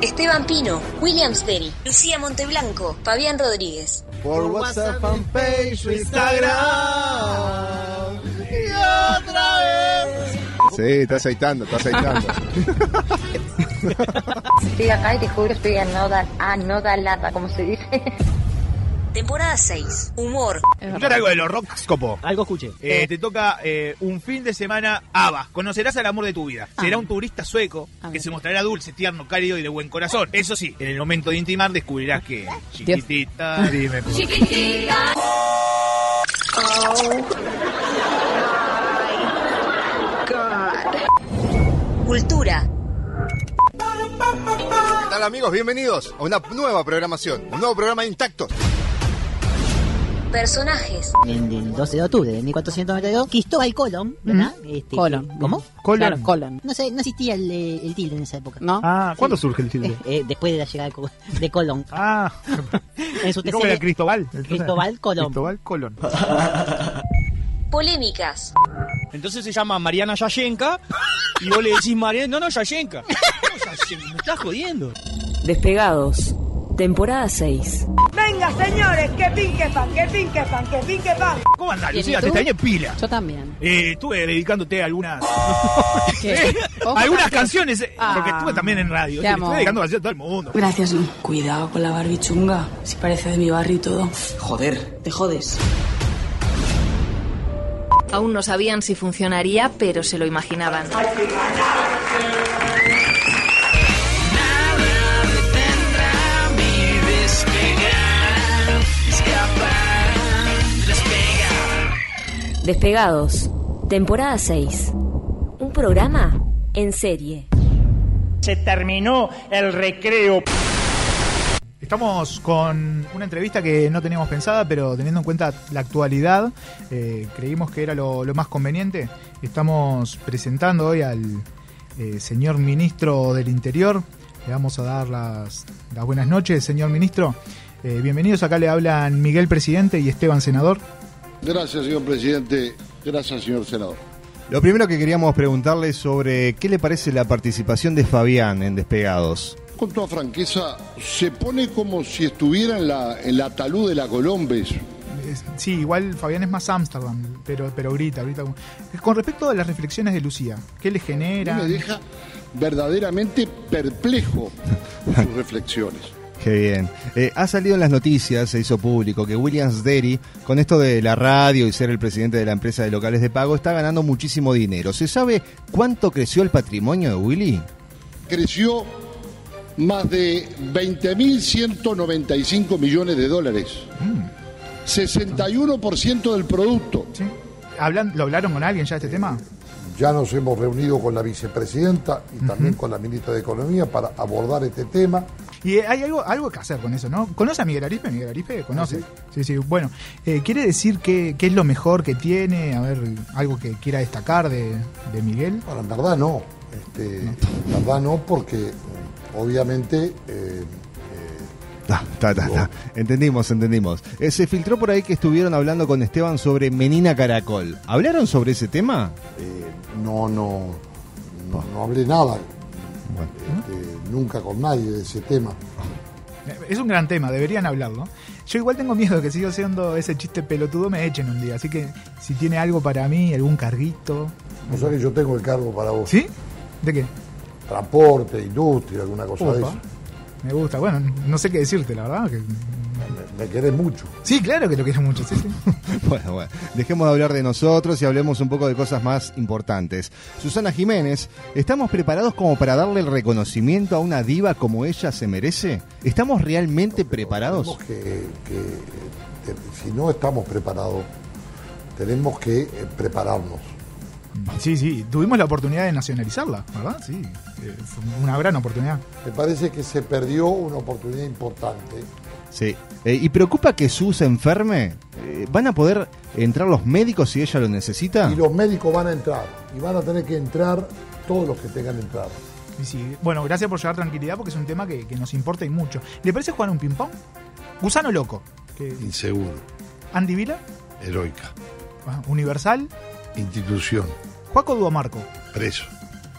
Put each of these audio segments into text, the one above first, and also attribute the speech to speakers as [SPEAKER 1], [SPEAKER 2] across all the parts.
[SPEAKER 1] Esteban Pino, Williams Berry, Lucía Monteblanco, Fabián Rodríguez.
[SPEAKER 2] Por WhatsApp, fanpage, Instagram. Y otra vez.
[SPEAKER 3] Sí, está aceitando, está aceitando.
[SPEAKER 4] estoy acá y te juro, estoy anodal, anodalada, como se dice.
[SPEAKER 1] Temporada 6. Humor.
[SPEAKER 5] Escuchar algo de los rockscopo.
[SPEAKER 6] Algo escuché.
[SPEAKER 5] Eh, te toca eh, un fin de semana ABBA. Conocerás al amor de tu vida.
[SPEAKER 6] Ah.
[SPEAKER 5] Será un turista sueco que se mostrará dulce, tierno, cálido y de buen corazón. Eso sí, en el momento de intimar descubrirás que... Chiquitita, dime. Por... Chiquitita. Oh.
[SPEAKER 1] God. Cultura.
[SPEAKER 3] ¿Qué tal amigos? Bienvenidos a una nueva programación, un nuevo programa intacto.
[SPEAKER 1] Personajes.
[SPEAKER 7] En el 12 de octubre de 1492, Cristóbal Colón, ¿verdad? Mm. Este,
[SPEAKER 8] Colón.
[SPEAKER 7] ¿Cómo?
[SPEAKER 8] Colón. Claro,
[SPEAKER 7] Colón. No, sé, no existía el, eh, el, tilde en esa época.
[SPEAKER 8] ¿No?
[SPEAKER 5] Ah, ¿cuándo sí. surge el tilde?
[SPEAKER 7] Eh, eh, después de la llegada de Colón.
[SPEAKER 5] Ah.
[SPEAKER 7] en su
[SPEAKER 5] ¿Cómo era Cristóbal?
[SPEAKER 7] Cristóbal Colón.
[SPEAKER 5] Cristóbal Colón.
[SPEAKER 1] Polémicas.
[SPEAKER 6] Entonces se llama Mariana Yashenka y vos le decís Mariana... No, no, Yashenka. No, Yashenka, me estás jodiendo.
[SPEAKER 9] Despegados. Temporada 6.
[SPEAKER 10] Venga, señores, que pinque pan, que pinque pan, que pinque pan.
[SPEAKER 5] ¿Cómo andás, Lucía? Te extrañé pila.
[SPEAKER 8] Yo también.
[SPEAKER 5] Eh, estuve dedicándote a algunas. ¿Qué? algunas canciones. Ah, porque estuve también en radio. Te estuve dedicando canciones a todo el mundo.
[SPEAKER 11] Gracias, Lu. Cuidado con la barbichunga. Si parece de mi barrio y todo.
[SPEAKER 12] Joder.
[SPEAKER 11] Te jodes.
[SPEAKER 9] Aún no sabían si funcionaría, pero se lo imaginaban. Despegados, temporada 6. Un programa en serie.
[SPEAKER 13] Se terminó el recreo.
[SPEAKER 5] Estamos con una entrevista que no teníamos pensada, pero teniendo en cuenta la actualidad, eh, creímos que era lo, lo, más conveniente. Estamos presentando hoy al eh, señor ministro del Interior. Le vamos a dar las, las buenas noches, señor ministro. Eh, bienvenidos, acá le hablan Miguel Presidente y Esteban Senador.
[SPEAKER 14] Gracias, señor presidente. Gracias, señor senador.
[SPEAKER 3] Lo primero que queríamos preguntarle es sobre qué le parece la participación de Fabián en Despegados.
[SPEAKER 14] Con toda franqueza, se pone como si estuviera en la, en la talud de la Colombes.
[SPEAKER 5] Sí, igual Fabián es más Ámsterdam, pero, pero grita, grita. Con respecto a las reflexiones de Lucía, ¿qué le genera?
[SPEAKER 14] Me deja verdaderamente perplejo sus reflexiones.
[SPEAKER 3] Qué bien. Eh, ha salido en las noticias, se hizo público, que Williams Derry, con esto de la radio y ser el presidente de la empresa de locales de pago, está ganando muchísimo dinero. ¿Se sabe cuánto creció el patrimonio de Willy?
[SPEAKER 14] Creció más de 20.195 millones de dólares. Mm. 61% del producto.
[SPEAKER 5] ¿Sí? ¿Hablan, ¿Lo hablaron con alguien ya este tema?
[SPEAKER 14] Ya nos hemos reunido con la vicepresidenta y también uh -huh. con la ministra de Economía para abordar este tema.
[SPEAKER 5] Y eh, hay algo, algo que hacer con eso, ¿no? ¿Conoce a Miguel Arispe? Miguel Arispe conoce. ¿Sí? sí, sí. Bueno, eh, ¿quiere decir qué, qué es lo mejor que tiene? A ver, algo que quiera destacar de, de Miguel.
[SPEAKER 14] Bueno, en verdad no. Este, no. En verdad no, porque obviamente. Eh,
[SPEAKER 3] Ta, ta, ta, entendimos, entendimos. Eh, se filtró por ahí que estuvieron hablando con Esteban sobre Menina Caracol. ¿Hablaron sobre ese tema?
[SPEAKER 14] Eh, no, no, no, no, hablé nada. Bueno. Este, nunca con nadie de ese tema.
[SPEAKER 5] Es un gran tema, deberían hablarlo. Yo igual tengo miedo que sigo siendo ese chiste pelotudo me echen un día. Así que si tiene algo para mí, algún carguito.
[SPEAKER 14] No sabes que yo tengo el cargo para vos.
[SPEAKER 5] ¿Sí? ¿De qué?
[SPEAKER 14] Transporte, industria, alguna cosa Opa. de eso.
[SPEAKER 5] Me gusta. Bueno, no sé qué decirte, la verdad. Que...
[SPEAKER 14] Me, me, querés mucho.
[SPEAKER 5] Sí, claro que lo querés mucho, sí, sí.
[SPEAKER 3] bueno, bueno. Dejemos de hablar de nosotros y hablemos un poco de cosas más importantes. Susana Jiménez, ¿estamos preparados como para darle el reconocimiento a una diva como ella se merece? ¿Estamos realmente no, preparados?
[SPEAKER 14] Que, que, que, si no estamos preparados, tenemos que eh, prepararnos.
[SPEAKER 5] Sí, sí, tuvimos la oportunidad de nacionalizarla, ¿verdad? Sí, eh, fue una gran oportunidad.
[SPEAKER 14] Me parece que se perdió una oportunidad importante.
[SPEAKER 3] Sí. Eh, y preocupa que Su se enferme. Eh, ¿Van a poder entrar los médicos si ella lo
[SPEAKER 5] Ah.
[SPEAKER 3] necesita?
[SPEAKER 14] Y los médicos van a entrar. Y van a tener que entrar todos los que tengan que entrar.
[SPEAKER 5] Y sí, bueno, gracias por llevar tranquilidad porque es un tema que, que nos importa y mucho. ¿Le parece jugar un ping-pong? Gusano loco. que-
[SPEAKER 15] Inseguro.
[SPEAKER 5] Andy Vila,
[SPEAKER 15] Heroica.
[SPEAKER 5] ah, Universal,
[SPEAKER 15] Institución.
[SPEAKER 5] Juaco Duamarco,
[SPEAKER 15] Preso.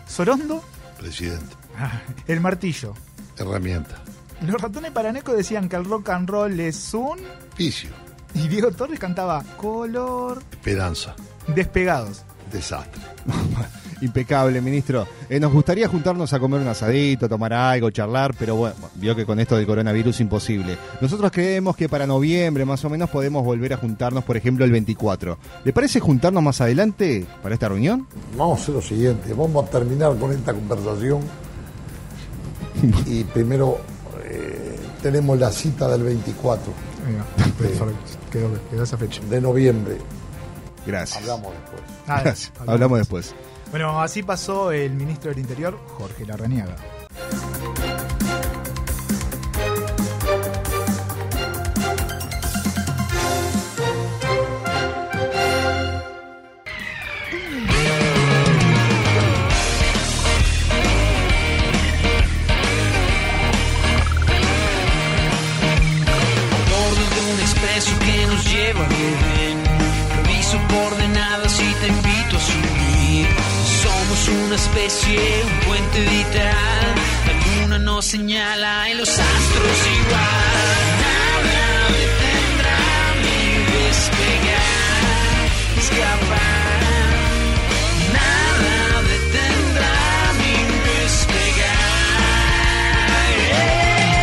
[SPEAKER 5] Sorondo,
[SPEAKER 15] Presidente.
[SPEAKER 5] ah, El Martillo.
[SPEAKER 15] Herramienta.
[SPEAKER 5] Los ratones paranecos decían que el rock and roll es un...
[SPEAKER 15] Vicio.
[SPEAKER 5] Y Diego Torres cantaba Color...
[SPEAKER 15] Esperanza.
[SPEAKER 5] Despegados.
[SPEAKER 15] Desastre.
[SPEAKER 3] Impecable, ministro. Eh, nos gustaría juntarnos a comer un asadito, tomar algo, charlar, pero bueno, vio que con esto del coronavirus imposible. Nosotros creemos que para noviembre más o menos podemos volver a juntarnos, por ejemplo, el 24. ¿Le parece juntarnos más adelante para esta reunión?
[SPEAKER 14] Vamos a hacer lo siguiente, vamos a terminar con esta conversación y primero eh, tenemos la cita del 24
[SPEAKER 5] Mira, perfecto, quedó, quedó esa fecha.
[SPEAKER 14] de noviembre.
[SPEAKER 3] Gracias.
[SPEAKER 14] Hablamos después.
[SPEAKER 5] Ah,
[SPEAKER 3] Gracias. Hablamos después.
[SPEAKER 5] Bueno, así pasó el ministro del Interior, Jorge Larrañaga.
[SPEAKER 10] bordo de un expreso que nos lleva bien. Reviso coordenadas y te invito a subir. Somos una especie, un puente vital. La luna nos señala y los astros igual. Nada me tendrá mi despegar, escapar. Nada detendrá mi despegar. ¡Eh!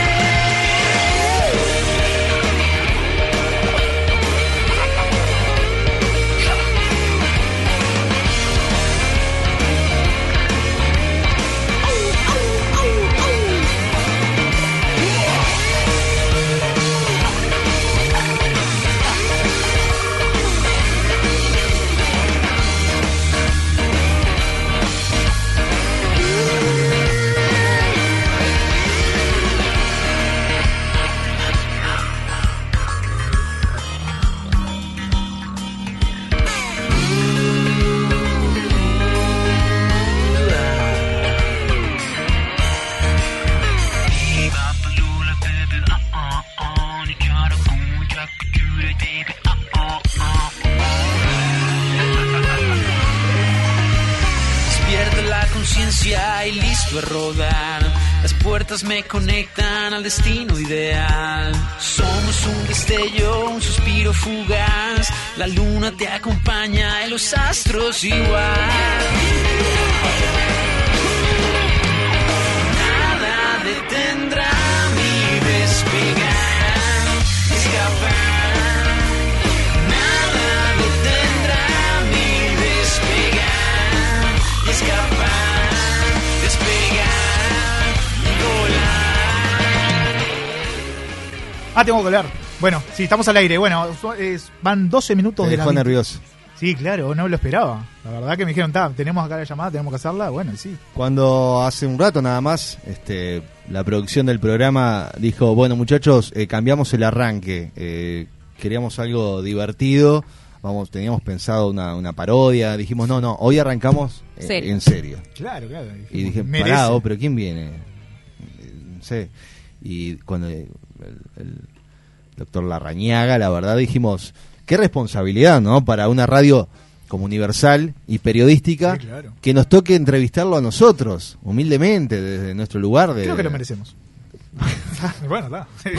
[SPEAKER 10] Despierta la conciencia y listo a rodar. Las puertas me conectan al destino ideal. Somos un destello, un suspiro fugaz. La luna te acompaña y los astros igual. Nada detendrá mi despegar, escapar. Nada detendrá mi despegar, escapar, despegar, volar.
[SPEAKER 5] Ah, tengo que hablar. Bueno, sí, estamos al aire. Bueno, so- es- van 12 minutos
[SPEAKER 3] Te
[SPEAKER 5] de la...
[SPEAKER 3] dejó nervioso.
[SPEAKER 5] Sí, claro, no lo esperaba. La verdad que me dijeron, "Ta, tenemos acá la llamada, tenemos que hacerla. Bueno, y sí.
[SPEAKER 3] Cuando hace un rato nada más, este, la producción del programa dijo, bueno muchachos, eh, cambiamos el arranque, eh, queríamos algo divertido, vamos, teníamos pensado una, una parodia, dijimos, no, no, hoy arrancamos eh,
[SPEAKER 5] Serio.
[SPEAKER 3] en serio.
[SPEAKER 5] Claro, claro. dijimos,
[SPEAKER 3] Y dije,
[SPEAKER 5] merece.
[SPEAKER 3] parado, pero ¿quién viene? Eh, No sé. Y cuando eh, el, el doctor Larrañaga, la verdad, dijimos, qué responsabilidad, ¿no? Para una radio como universal y periodística, que nos toque entrevistarlo a nosotros, humildemente, desde nuestro lugar. De,
[SPEAKER 5] Creo que lo merecemos. bueno, está.
[SPEAKER 3] sí.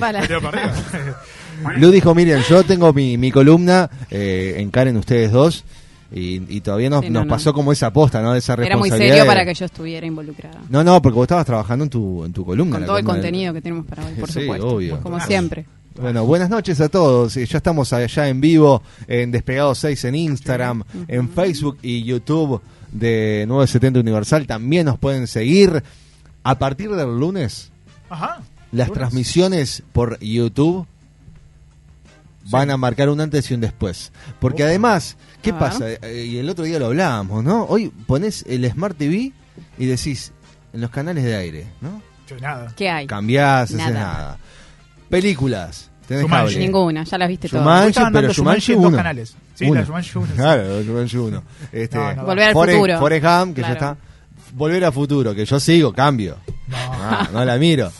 [SPEAKER 5] Pero para arriba.
[SPEAKER 3] Lu dijo, miren, yo tengo mi, mi columna, eh, encaren ustedes dos. Y, y todavía nos,
[SPEAKER 7] Sí, no,
[SPEAKER 3] nos
[SPEAKER 7] no.
[SPEAKER 3] pasó como esa aposta, ¿no? De esa
[SPEAKER 7] Era muy
[SPEAKER 3] responsabilidad.
[SPEAKER 7] serio
[SPEAKER 3] de-
[SPEAKER 7] para que yo estuviera involucrada.
[SPEAKER 3] No, no, porque vos estabas trabajando en tu, en tu columna.
[SPEAKER 7] Con
[SPEAKER 3] la
[SPEAKER 7] todo el
[SPEAKER 3] columna del-
[SPEAKER 7] contenido que tenemos para hoy, por
[SPEAKER 3] Sí,
[SPEAKER 7] supuesto.
[SPEAKER 3] obvio.
[SPEAKER 7] Como
[SPEAKER 3] Claro.
[SPEAKER 7] siempre.
[SPEAKER 3] Bueno, buenas noches a todos. Eh, Ya estamos allá en vivo en Despegado 6 en Instagram, en Facebook y YouTube de 970 Universal. También nos pueden seguir. A partir del lunes,
[SPEAKER 5] Ajá.
[SPEAKER 3] las
[SPEAKER 5] Lunes.
[SPEAKER 3] transmisiones por YouTube Van a marcar un antes y un después. Porque además, ¿qué
[SPEAKER 16] Ah.
[SPEAKER 3] pasa? Eh, Y el otro día lo hablábamos, ¿no? Hoy pones el Smart TV y decís, en los canales de aire, ¿no?
[SPEAKER 16] Yo nada.
[SPEAKER 7] ¿Qué hay?
[SPEAKER 3] Cambiás, haces
[SPEAKER 7] Nada.
[SPEAKER 3] nada. Películas. Tenés
[SPEAKER 16] Shumanji.
[SPEAKER 3] cable.
[SPEAKER 7] Ninguna, ya las viste todas.
[SPEAKER 3] Shumanji,
[SPEAKER 16] Estaban
[SPEAKER 3] pero
[SPEAKER 16] dando
[SPEAKER 3] Shumanji
[SPEAKER 16] Shumanji en dos
[SPEAKER 3] uno.
[SPEAKER 16] canales. Sí,
[SPEAKER 3] Uno.
[SPEAKER 16] la Shumanji uno, sí.
[SPEAKER 3] Claro, Shumanji uno. Este,
[SPEAKER 16] No, no,
[SPEAKER 7] Volver al
[SPEAKER 3] Forrest-
[SPEAKER 7] futuro.
[SPEAKER 3] Forrest Gump, que
[SPEAKER 7] Claro.
[SPEAKER 3] ya está. Volver a futuro, que yo sigo, cambio. No. No, la miro.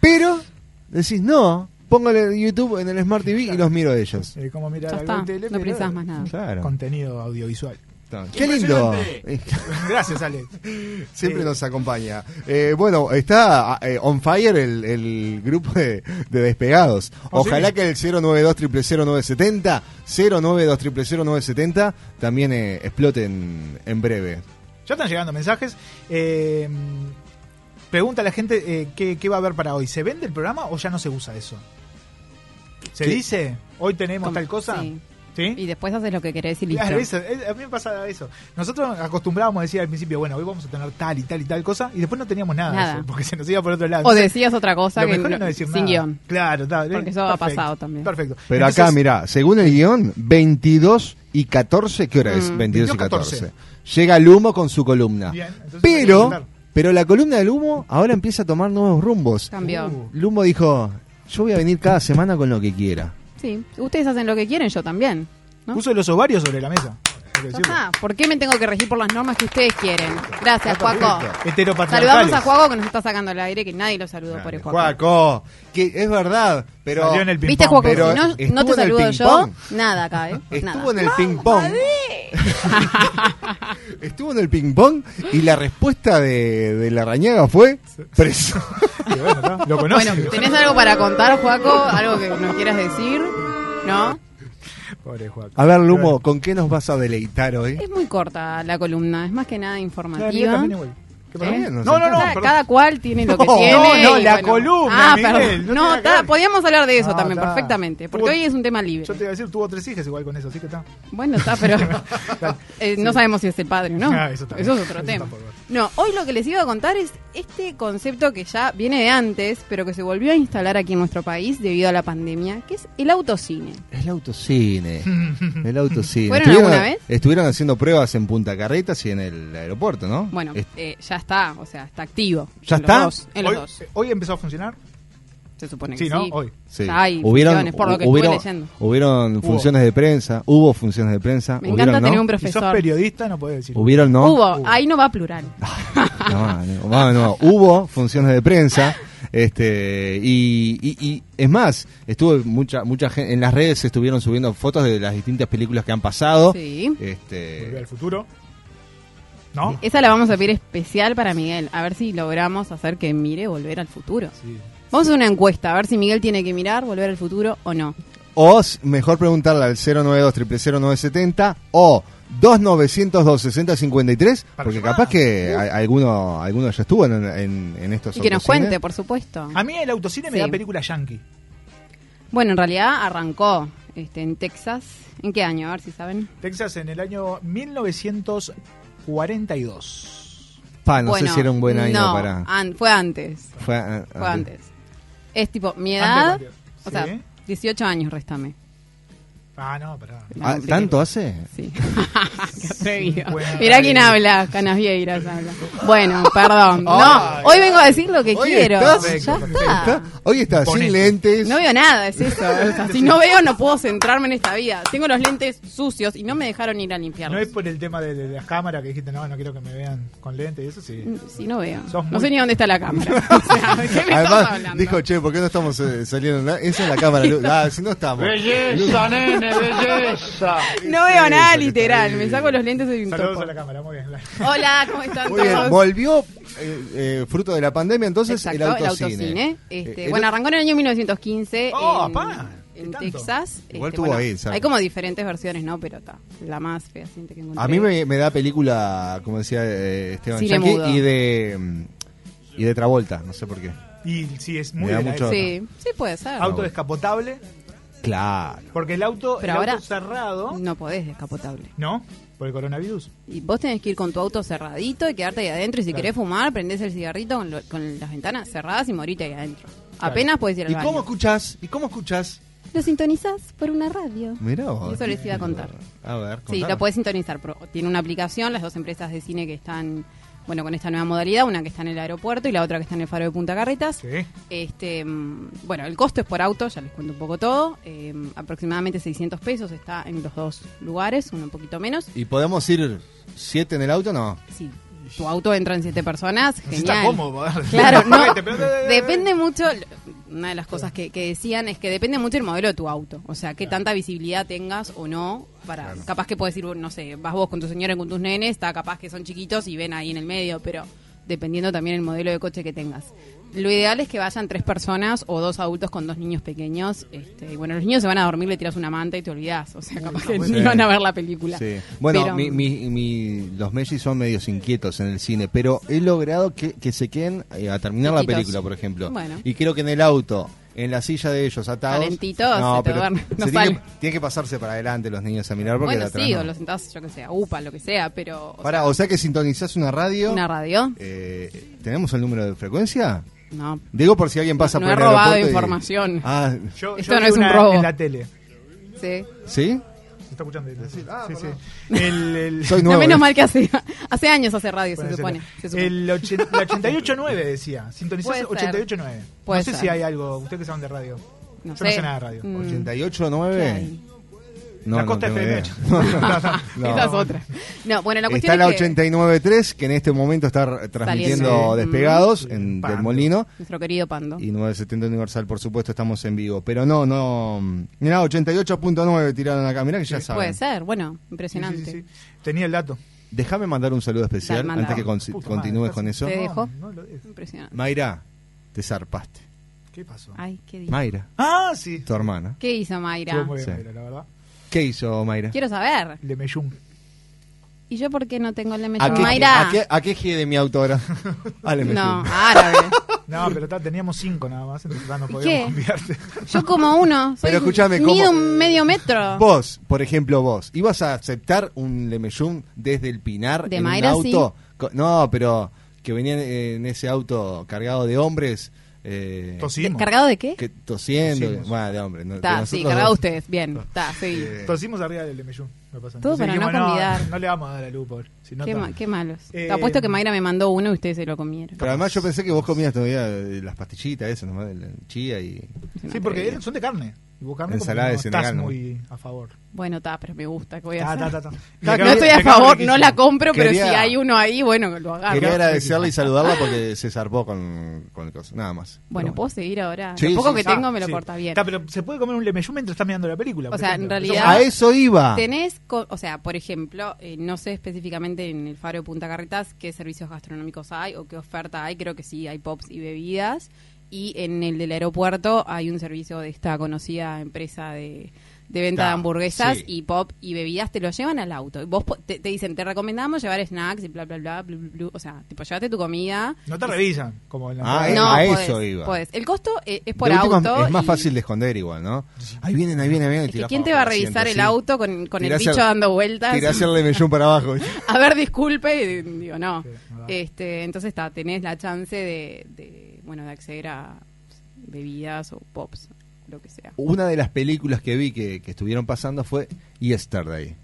[SPEAKER 3] Pero decís, no, póngale YouTube en el Smart TV y los miro a ellos.
[SPEAKER 16] Eh, como mirar
[SPEAKER 7] Ya
[SPEAKER 16] algo
[SPEAKER 7] está,
[SPEAKER 16] en tele,
[SPEAKER 7] no
[SPEAKER 16] pero
[SPEAKER 7] precisas más nada.
[SPEAKER 3] Claro.
[SPEAKER 16] Contenido audiovisual.
[SPEAKER 3] ¡Qué lindo!
[SPEAKER 16] Gracias, Ale.
[SPEAKER 3] Siempre nos acompaña. Eh, bueno, está eh, on fire el, el grupo de, de despegados.
[SPEAKER 16] Oh,
[SPEAKER 3] Ojalá
[SPEAKER 16] sí.
[SPEAKER 3] que el 092 0922 0970 también eh, explote en, en breve.
[SPEAKER 16] Ya están llegando mensajes. Eh, pregunta a la gente eh, ¿qué, qué va a haber para hoy. ¿Se vende el programa o ya no se usa eso? ¿Se
[SPEAKER 3] Sí.
[SPEAKER 16] dice? ¿Hoy tenemos
[SPEAKER 7] Como-
[SPEAKER 16] tal cosa?
[SPEAKER 7] sí.
[SPEAKER 16] ¿Sí?
[SPEAKER 7] Y después haces lo que querés y listo.
[SPEAKER 16] Claro, Ah, eso, es- a mí me pasa eso. Nosotros acostumbrábamos a decir al principio, bueno, hoy vamos a tener tal y tal y tal cosa, y después no teníamos nada, de
[SPEAKER 7] Nada.
[SPEAKER 16] eso, porque se nos iba por otro lado.
[SPEAKER 7] O
[SPEAKER 16] Entonces,
[SPEAKER 7] decías otra cosa
[SPEAKER 16] lo
[SPEAKER 7] que
[SPEAKER 16] mejor es
[SPEAKER 7] no-
[SPEAKER 16] no decir
[SPEAKER 7] sin
[SPEAKER 16] nada.
[SPEAKER 7] guión.
[SPEAKER 16] Claro, está,
[SPEAKER 7] Porque eso ha pasado también.
[SPEAKER 16] Perfecto.
[SPEAKER 3] Pero
[SPEAKER 16] Entonces,
[SPEAKER 3] acá, mirá, según el guión, 22 y 14, ¿qué hora es?
[SPEAKER 16] Mm.
[SPEAKER 3] 22 y
[SPEAKER 16] 14.
[SPEAKER 3] 14. Llega el humo con su columna.
[SPEAKER 16] Bien, entonces hay que
[SPEAKER 3] pero,
[SPEAKER 16] mandar.
[SPEAKER 3] pero la columna del humo ahora empieza a tomar nuevos rumbos.
[SPEAKER 7] Cambió.
[SPEAKER 3] El humo dijo, yo voy a venir cada semana con lo que quiera.
[SPEAKER 7] Sí, ustedes hacen lo que quieren, yo también. ¿no?
[SPEAKER 16] Puso los ovarios sobre la mesa. Hay que
[SPEAKER 7] Ya
[SPEAKER 16] decirlo.
[SPEAKER 7] está. ¿Por qué me tengo que regir por las normas que ustedes quieren? Gracias, Juaco.
[SPEAKER 16] Heteropatriarcales.
[SPEAKER 7] Saludamos a Juaco que nos está sacando el aire, que nadie lo saludó por el Juaco.
[SPEAKER 3] Juaco, que es verdad, pero...
[SPEAKER 16] Salió en el
[SPEAKER 7] ¿Viste, Juaco? Si
[SPEAKER 3] Pero
[SPEAKER 7] no,
[SPEAKER 3] estuvo
[SPEAKER 7] no
[SPEAKER 3] en
[SPEAKER 7] te
[SPEAKER 3] el
[SPEAKER 7] saludo yo,
[SPEAKER 3] ping-pong.
[SPEAKER 7] nada acá, ¿eh? Nada.
[SPEAKER 3] Estuvo en el ping pong. Estuvo en el ping pong y la respuesta de, de la rañaga fue preso.
[SPEAKER 16] Y bueno, está, Lo conoce.
[SPEAKER 7] Bueno, ¿tenés algo para contar, Juaco? ¿Algo que nos quieras decir? ¿No?
[SPEAKER 16] Pobre Juaco.
[SPEAKER 3] A ver, Lumo, ¿con qué nos vas a deleitar hoy?
[SPEAKER 7] Es muy corta la columna, es más que nada
[SPEAKER 16] Claro, yo
[SPEAKER 7] informativa. ¿Eh?
[SPEAKER 16] también igual. ¿Qué pasó?
[SPEAKER 3] Está bien,
[SPEAKER 16] No, no, no.
[SPEAKER 7] cada,
[SPEAKER 16] perdón.
[SPEAKER 7] cada cual tiene lo que
[SPEAKER 16] No,
[SPEAKER 7] tiene.
[SPEAKER 16] no,
[SPEAKER 7] y
[SPEAKER 16] la columna,
[SPEAKER 7] Ah,
[SPEAKER 16] Miguel,
[SPEAKER 7] perdón.
[SPEAKER 16] no tiene
[SPEAKER 7] No,
[SPEAKER 16] nada que
[SPEAKER 7] está,
[SPEAKER 16] ver.
[SPEAKER 7] podíamos hablar de eso
[SPEAKER 16] No,
[SPEAKER 7] también,
[SPEAKER 16] está.
[SPEAKER 7] perfectamente. Porque
[SPEAKER 16] Tuvo-
[SPEAKER 7] hoy es un tema libre.
[SPEAKER 16] Yo te iba a decir, tuvo tres hijas igual con eso, así que está.
[SPEAKER 7] Bueno, está, pero eh, no sabemos si es el padre, ¿no?
[SPEAKER 16] Ah, eso
[SPEAKER 7] eso,
[SPEAKER 16] también.
[SPEAKER 7] es otro
[SPEAKER 16] Eso
[SPEAKER 7] tema.
[SPEAKER 16] tampoco.
[SPEAKER 7] No, hoy lo que les iba a contar es este concepto que ya viene de antes, pero que se volvió a instalar aquí en nuestro país debido a la pandemia, que es el autocine.
[SPEAKER 3] El autocine. El autocine.
[SPEAKER 7] ¿Fueron
[SPEAKER 3] estuvieron,
[SPEAKER 7] alguna vez?
[SPEAKER 3] estuvieron haciendo pruebas en Punta Carretas y en el aeropuerto, ¿no?
[SPEAKER 7] Bueno,
[SPEAKER 3] Es-
[SPEAKER 7] eh, ya está, o sea, está activo.
[SPEAKER 3] ¿Ya
[SPEAKER 7] En los
[SPEAKER 3] está?
[SPEAKER 7] dos, en los
[SPEAKER 16] hoy,
[SPEAKER 7] dos,
[SPEAKER 16] eh, hoy empezó a funcionar.
[SPEAKER 7] se supone que
[SPEAKER 16] Sí,
[SPEAKER 7] sí.
[SPEAKER 16] ¿no? Hoy.
[SPEAKER 3] sí.
[SPEAKER 7] Ya hay
[SPEAKER 3] hubieron,
[SPEAKER 7] funciones, por lo que
[SPEAKER 3] hubieron,
[SPEAKER 7] estuve leyendo.
[SPEAKER 3] hubieron
[SPEAKER 16] Hubo.
[SPEAKER 3] funciones de prensa, hubo funciones de prensa.
[SPEAKER 7] Me
[SPEAKER 3] hubieron,
[SPEAKER 7] encanta tener
[SPEAKER 3] ¿no?
[SPEAKER 7] un
[SPEAKER 16] Si sos
[SPEAKER 7] profesor.
[SPEAKER 16] periodista, no podés decir.
[SPEAKER 3] Hubieron, ¿no? Ah.
[SPEAKER 7] Hubo, ahí no va plural.
[SPEAKER 3] No, no, no, no. Hubo funciones de prensa. Este, y, y- y es más, estuvo mucha, mucha gente, en las redes se estuvieron subiendo fotos de las distintas películas que han pasado.
[SPEAKER 7] Sí.
[SPEAKER 16] Volver
[SPEAKER 3] Este,
[SPEAKER 16] al futuro. ¿No?
[SPEAKER 7] Esa la vamos a pedir especial para Miguel, a ver si logramos hacer que mire volver al futuro.
[SPEAKER 16] Sí.
[SPEAKER 7] Vamos a hacer una encuesta, a ver si Miguel tiene que mirar volver al futuro o no.
[SPEAKER 3] o s- mejor preguntarle al 092 0970 o 2902 6053 porque capaz que a- alguno, alguno ya estuvo en, en, en estos
[SPEAKER 7] Y que nos
[SPEAKER 3] autocines.
[SPEAKER 7] cuente, por supuesto.
[SPEAKER 16] A mí el autocine me
[SPEAKER 7] Sí.
[SPEAKER 16] da película yankee.
[SPEAKER 7] Bueno, en realidad arrancó este, en Texas. ¿En qué año? A ver si saben.
[SPEAKER 3] Ah,
[SPEAKER 16] Texas en el año 1942.
[SPEAKER 3] Pa, no
[SPEAKER 7] Bueno,
[SPEAKER 3] sé si era un buen año
[SPEAKER 7] no,
[SPEAKER 3] para.
[SPEAKER 7] an- fue antes.
[SPEAKER 3] Fue, ah,
[SPEAKER 7] Fue
[SPEAKER 3] ah,
[SPEAKER 7] antes. Es tipo, mi
[SPEAKER 16] Antes
[SPEAKER 7] edad.
[SPEAKER 16] cualquier- Sí.
[SPEAKER 7] O sea, 18 años, restame.
[SPEAKER 16] Ah, no, pará.
[SPEAKER 7] No,
[SPEAKER 3] ah,
[SPEAKER 7] sí.
[SPEAKER 3] ¿Tanto hace?
[SPEAKER 7] Sí. Qué atrevido.
[SPEAKER 16] Cincuenta
[SPEAKER 7] Mirá quién
[SPEAKER 16] años.
[SPEAKER 7] habla, Canasvieiras habla. Bueno, perdón. No,
[SPEAKER 3] Ay.
[SPEAKER 7] hoy vengo a decir lo que quiero.
[SPEAKER 3] estás-
[SPEAKER 7] ya está.
[SPEAKER 3] Hoy está sin
[SPEAKER 16] Ponete.
[SPEAKER 3] lentes.
[SPEAKER 7] No veo nada, es eso. O sea, si no veo, no puedo centrarme en esta vida. Tengo los lentes sucios y no me dejaron ir a
[SPEAKER 16] No es
[SPEAKER 7] limpiarlos.
[SPEAKER 16] por el tema de, de las cámaras que dijiste, no, no quiero que me vean con lentes y eso sí.
[SPEAKER 7] Si no veo.
[SPEAKER 16] Sos
[SPEAKER 7] No
[SPEAKER 16] muy-
[SPEAKER 7] sé ni dónde está la cámara. O sea, ¿de ¿Qué me estás
[SPEAKER 3] Además,
[SPEAKER 7] hablando?
[SPEAKER 3] dijo, che, ¿por qué no estamos eh, saliendo? en la- Esa es la cámara. Lu- Ah, si no estamos.
[SPEAKER 17] Belleza, nene, belleza.
[SPEAKER 7] no veo nada, literal. Me saco los lentes y un
[SPEAKER 16] Saludos
[SPEAKER 7] topo.
[SPEAKER 16] a la cámara, muy bien.
[SPEAKER 7] Hola, ¿cómo están
[SPEAKER 3] Muy bien,
[SPEAKER 7] todos?
[SPEAKER 3] volvió eh, eh, fruto de la pandemia, entonces
[SPEAKER 7] Exacto,
[SPEAKER 3] el autocine.
[SPEAKER 7] Este,
[SPEAKER 3] Eh, el-
[SPEAKER 7] bueno, arrancó en el año 1915
[SPEAKER 16] Oh,
[SPEAKER 7] en,
[SPEAKER 16] apá,
[SPEAKER 7] en
[SPEAKER 16] ¿qué tanto?
[SPEAKER 7] Texas.
[SPEAKER 3] Igual
[SPEAKER 7] Este,
[SPEAKER 3] tuvo
[SPEAKER 7] bueno,
[SPEAKER 3] ahí, ¿sabes?
[SPEAKER 7] Hay como diferentes versiones, ¿no? Pero está, la más fehaciente que encontré.
[SPEAKER 3] a mí me, me da película, como decía eh, Esteban
[SPEAKER 7] Cine
[SPEAKER 3] Yankee,
[SPEAKER 7] mudo.
[SPEAKER 3] y de, mm, y de Travolta, no sé por qué.
[SPEAKER 16] Y sí, es muy
[SPEAKER 3] Me da
[SPEAKER 16] de la
[SPEAKER 3] mucho-
[SPEAKER 16] época.
[SPEAKER 7] Sí, sí puede ser.
[SPEAKER 16] Auto descapotable,
[SPEAKER 3] Claro.
[SPEAKER 16] porque el auto,
[SPEAKER 7] Pero
[SPEAKER 16] el
[SPEAKER 7] ahora-
[SPEAKER 16] auto cerrado,
[SPEAKER 7] No podés descapotable.
[SPEAKER 16] ¿no? Por el coronavirus.
[SPEAKER 7] Y vos tenés que ir con tu auto cerradito y quedarte ahí adentro. Y si
[SPEAKER 16] Claro.
[SPEAKER 7] querés fumar, prendés el cigarrito con, lo- con las ventanas cerradas y morite ahí adentro. Apenas podés ir al
[SPEAKER 3] ¿Y
[SPEAKER 7] baño.
[SPEAKER 3] cómo escuchás? ¿Y cómo escuchás?
[SPEAKER 7] lo sintonizás por una radio.
[SPEAKER 3] Mirá
[SPEAKER 7] Y
[SPEAKER 3] vos.
[SPEAKER 7] Eso les iba a contar.
[SPEAKER 3] A ver,
[SPEAKER 7] Sí,
[SPEAKER 3] contá.
[SPEAKER 7] lo puedes sintonizar. pero Tiene una aplicación, las dos empresas de cine que están, bueno, con esta nueva modalidad, una que está en el aeropuerto y la otra que está en el faro de Punta Carretas. Este, mm, bueno, el costo es por auto, ya les cuento un poco todo. eh, aproximadamente 600 pesos está en los dos lugares, uno un poquito menos.
[SPEAKER 3] ¿Y podemos ir siete en el auto? No.
[SPEAKER 7] Sí. Tu auto entra en siete personas, genial.
[SPEAKER 3] está cómodo, ¿verdad?
[SPEAKER 7] Claro, no.
[SPEAKER 3] Paquete, pero-
[SPEAKER 7] depende mucho, una de las cosas que, que decían es que depende mucho el modelo de tu auto. O sea, qué tanta visibilidad tengas o no. para Capaz que puedes ir, no sé, vas vos con tu señora y con tus nenes, está capaz que son chiquitos y ven ahí en el medio, pero dependiendo también el modelo de coche que tengas. Lo ideal es que vayan tres personas o dos adultos con dos niños pequeños. Este, y bueno, los niños se van a dormir, le tiras una manta y te olvidás. O sea, capaz que
[SPEAKER 3] Sí.
[SPEAKER 7] ni van a ver la película.
[SPEAKER 3] Sí. Bueno,
[SPEAKER 7] Pero-
[SPEAKER 3] mi- mi- mi- los Messi son medios inquietos en el cine, pero he logrado que, que se queden eh, a terminar la
[SPEAKER 7] Chiquitos.
[SPEAKER 3] película, por ejemplo.
[SPEAKER 7] Bueno.
[SPEAKER 3] Y creo que en el auto, en la silla de ellos, atados.
[SPEAKER 7] Calentitos, se te
[SPEAKER 3] pero
[SPEAKER 7] duermen, no
[SPEAKER 3] se tiene,
[SPEAKER 7] salen.
[SPEAKER 3] tiene que pasarse para adelante los niños a mirar porque
[SPEAKER 7] Bueno,
[SPEAKER 3] de atrás
[SPEAKER 7] sí,
[SPEAKER 3] no.
[SPEAKER 7] o lo sentás, yo que sé, a UPA, lo que sea, pero. o
[SPEAKER 3] Pará, o sea que sintonizás una radio.
[SPEAKER 7] Una radio.
[SPEAKER 3] Eh, ¿Tenemos el número de frecuencia?
[SPEAKER 7] No.
[SPEAKER 3] Digo por si alguien pasa
[SPEAKER 7] No
[SPEAKER 3] por
[SPEAKER 7] he
[SPEAKER 3] el
[SPEAKER 7] robado
[SPEAKER 3] aeropuerto y-
[SPEAKER 7] información.
[SPEAKER 3] Ah,
[SPEAKER 16] Yo-
[SPEAKER 7] Esto
[SPEAKER 16] yo
[SPEAKER 7] no
[SPEAKER 16] vi
[SPEAKER 7] es un
[SPEAKER 16] una
[SPEAKER 7] robo.
[SPEAKER 16] En la tele.
[SPEAKER 7] Sí.
[SPEAKER 3] ¿Sí?
[SPEAKER 16] Se está escuchando.
[SPEAKER 3] "Ah,
[SPEAKER 16] sí, sí. El, el-
[SPEAKER 7] No, menos mal que hace, hace años hace radio, se
[SPEAKER 16] Puede ser.
[SPEAKER 7] supone. se supone.
[SPEAKER 16] El ochen- la 88.9 decía. Sintonizás
[SPEAKER 7] Puede ser.
[SPEAKER 16] 88.9.
[SPEAKER 7] Puede
[SPEAKER 16] No sé
[SPEAKER 7] ser.
[SPEAKER 16] si hay algo. Ustedes que saben de radio.
[SPEAKER 7] No
[SPEAKER 16] Yo no
[SPEAKER 7] sé.
[SPEAKER 16] sé nada de radio.
[SPEAKER 7] Mm.
[SPEAKER 3] 88,
[SPEAKER 7] ¿Qué
[SPEAKER 3] 9.
[SPEAKER 7] hay?
[SPEAKER 3] No,
[SPEAKER 16] La
[SPEAKER 3] no
[SPEAKER 16] Costa
[SPEAKER 3] tengo
[SPEAKER 16] FM.
[SPEAKER 3] idea. No.
[SPEAKER 7] Esa es otra. No, bueno, la cuestión
[SPEAKER 3] está la
[SPEAKER 7] es que
[SPEAKER 3] 89.3, que en este momento está r- transmitiendo
[SPEAKER 7] Saliendo. Mm.
[SPEAKER 3] Despegados en
[SPEAKER 7] Pando.
[SPEAKER 3] Del Molino.
[SPEAKER 7] nuestro querido Pando.
[SPEAKER 3] Y 970 Universal, por supuesto, estamos en vivo. Pero no, no. mm, Mirá, 88.9 tiraron acá. Mirá que ya
[SPEAKER 7] Puede
[SPEAKER 3] saben.
[SPEAKER 7] ser, bueno, impresionante.
[SPEAKER 16] Tenía el dato.
[SPEAKER 3] Déjame mandar un saludo especial
[SPEAKER 7] Dale, mandalo.
[SPEAKER 3] antes que con-
[SPEAKER 7] Puta
[SPEAKER 3] continúes con eso.
[SPEAKER 7] Te dejo. Impresionante.
[SPEAKER 3] Mayra, te zarpaste.
[SPEAKER 16] ¿Qué pasó?
[SPEAKER 7] Ay, qué dijo.
[SPEAKER 3] Mayra.
[SPEAKER 16] Ah, sí.
[SPEAKER 3] Tu hermana.
[SPEAKER 7] ¿Qué hizo Mayra?
[SPEAKER 3] Sí. ¿Qué hizo Mayra?
[SPEAKER 7] Quiero saber.
[SPEAKER 16] Le Meyun.
[SPEAKER 7] ¿Y yo por qué no tengo el de
[SPEAKER 3] ¿A qué,
[SPEAKER 7] Mayra?
[SPEAKER 3] ¿A qué, a qué gie de mi autora? Ale, me
[SPEAKER 7] No,
[SPEAKER 3] fui.
[SPEAKER 7] árabe.
[SPEAKER 16] No, pero ta- teníamos cinco nada más, entonces ta, no
[SPEAKER 7] qué?
[SPEAKER 16] podíamos cambiarte.
[SPEAKER 7] Yo como uno. Soy
[SPEAKER 3] Pero escúchame,
[SPEAKER 7] mido
[SPEAKER 3] ¿cómo?
[SPEAKER 7] un medio metro.
[SPEAKER 3] Vos, por ejemplo, vos, ¿ibas a aceptar un Lemellum desde el Pinar
[SPEAKER 7] De
[SPEAKER 3] en
[SPEAKER 7] Mayra,
[SPEAKER 3] un auto? Co- No, pero que venían eh, en ese auto cargado de hombres. Eh,
[SPEAKER 16] Tosimos.
[SPEAKER 7] ¿Cargado de qué?
[SPEAKER 3] que tosiendo.
[SPEAKER 16] Tosimos.
[SPEAKER 3] Bueno, de hombres. no, de
[SPEAKER 7] Está, sí,
[SPEAKER 3] nosotros
[SPEAKER 7] cargado
[SPEAKER 3] dos. Eh,
[SPEAKER 7] ustedes. Bien, está, sí.
[SPEAKER 16] Tosimos arriba del Lemeyun. me pasa.
[SPEAKER 7] Todo
[SPEAKER 16] Entonces
[SPEAKER 7] para no
[SPEAKER 16] dijimos,
[SPEAKER 7] convidar.
[SPEAKER 16] No, le vamos a dar a Lu, pobre. Si no,
[SPEAKER 7] Qué,
[SPEAKER 16] ta-
[SPEAKER 7] ma- qué malos.
[SPEAKER 16] Eh,
[SPEAKER 7] Te apuesto que Mayra me mandó uno y ustedes se lo comieron.
[SPEAKER 3] Pero además yo pensé que vos comías todavía eh, las pastillitas esas, nomás, la chía y...
[SPEAKER 16] Sí, porque eran- son de carne. Y vos carne como
[SPEAKER 3] Ensalada
[SPEAKER 16] que
[SPEAKER 3] de
[SPEAKER 16] no
[SPEAKER 3] Senegal,
[SPEAKER 16] estás
[SPEAKER 3] ¿no?
[SPEAKER 16] muy a favor.
[SPEAKER 7] Bueno, está, pero me gusta. ¿qué voy a
[SPEAKER 16] Ta,
[SPEAKER 7] hacer?
[SPEAKER 16] ta, ta, ta.
[SPEAKER 7] No,
[SPEAKER 16] Le
[SPEAKER 7] no
[SPEAKER 16] cabe-
[SPEAKER 7] estoy
[SPEAKER 16] le
[SPEAKER 7] a
[SPEAKER 16] cabe
[SPEAKER 7] favor,
[SPEAKER 16] riquísimo.
[SPEAKER 7] no la compro,
[SPEAKER 3] Quería-
[SPEAKER 7] pero si hay uno ahí, bueno, lo agarro.
[SPEAKER 3] Quería agradecerle y saludarla porque se zarpó con, con el coso, nada más.
[SPEAKER 7] Bueno, ¿puedo seguir ahora?
[SPEAKER 3] Sí,
[SPEAKER 7] lo poco
[SPEAKER 3] sí,
[SPEAKER 7] que
[SPEAKER 3] sí.
[SPEAKER 7] tengo me lo
[SPEAKER 16] Ah, Sí.
[SPEAKER 7] corta bien.
[SPEAKER 16] Ta, pero se puede comer un lemeyú mientras estás mirando la película. este
[SPEAKER 7] O
[SPEAKER 16] por
[SPEAKER 7] sea, en
[SPEAKER 16] ejemplo.
[SPEAKER 7] realidad...
[SPEAKER 3] A eso iba.
[SPEAKER 7] Tenés, co- o sea, por ejemplo, eh, no sé específicamente en el Faro de Punta Carretas qué servicios gastronómicos hay o qué oferta hay, creo que sí, hay pops y bebidas. Y en el del aeropuerto hay un servicio de esta conocida empresa de, de venta
[SPEAKER 3] Ta,
[SPEAKER 7] de hamburguesas
[SPEAKER 3] sí.
[SPEAKER 7] y pop y bebidas, te lo llevan al auto. Y Vos po- te, te dicen, te recomendamos llevar snacks y bla, bla, bla, blu, blu, blu. O sea, tipo, llévate tu comida.
[SPEAKER 16] No te
[SPEAKER 7] Y-
[SPEAKER 16] revisan. Como en la
[SPEAKER 3] Ah,
[SPEAKER 16] entrada.
[SPEAKER 3] no, a
[SPEAKER 7] podés,
[SPEAKER 3] eso iba.
[SPEAKER 7] podés. El costo eh, es
[SPEAKER 3] De
[SPEAKER 7] por
[SPEAKER 3] última,
[SPEAKER 7] auto.
[SPEAKER 3] Es más
[SPEAKER 7] y-
[SPEAKER 3] fácil de esconder igual, ¿no? Ahí vienen, ahí vienen, ahí vienen.
[SPEAKER 7] ¿Que ¿Quién te va a revisar el auto con, con el
[SPEAKER 3] Tirás
[SPEAKER 7] bicho
[SPEAKER 3] el-
[SPEAKER 7] dando vueltas?
[SPEAKER 3] Tirás el lemellón para abajo.
[SPEAKER 7] a ver, disculpe, y digo, no. este, entonces está, tenés la chance de, de, bueno, de acceder a bebidas o pops, lo que sea.
[SPEAKER 3] Una de las películas que vi que, que estuvieron pasando fue Yesterday. ¿La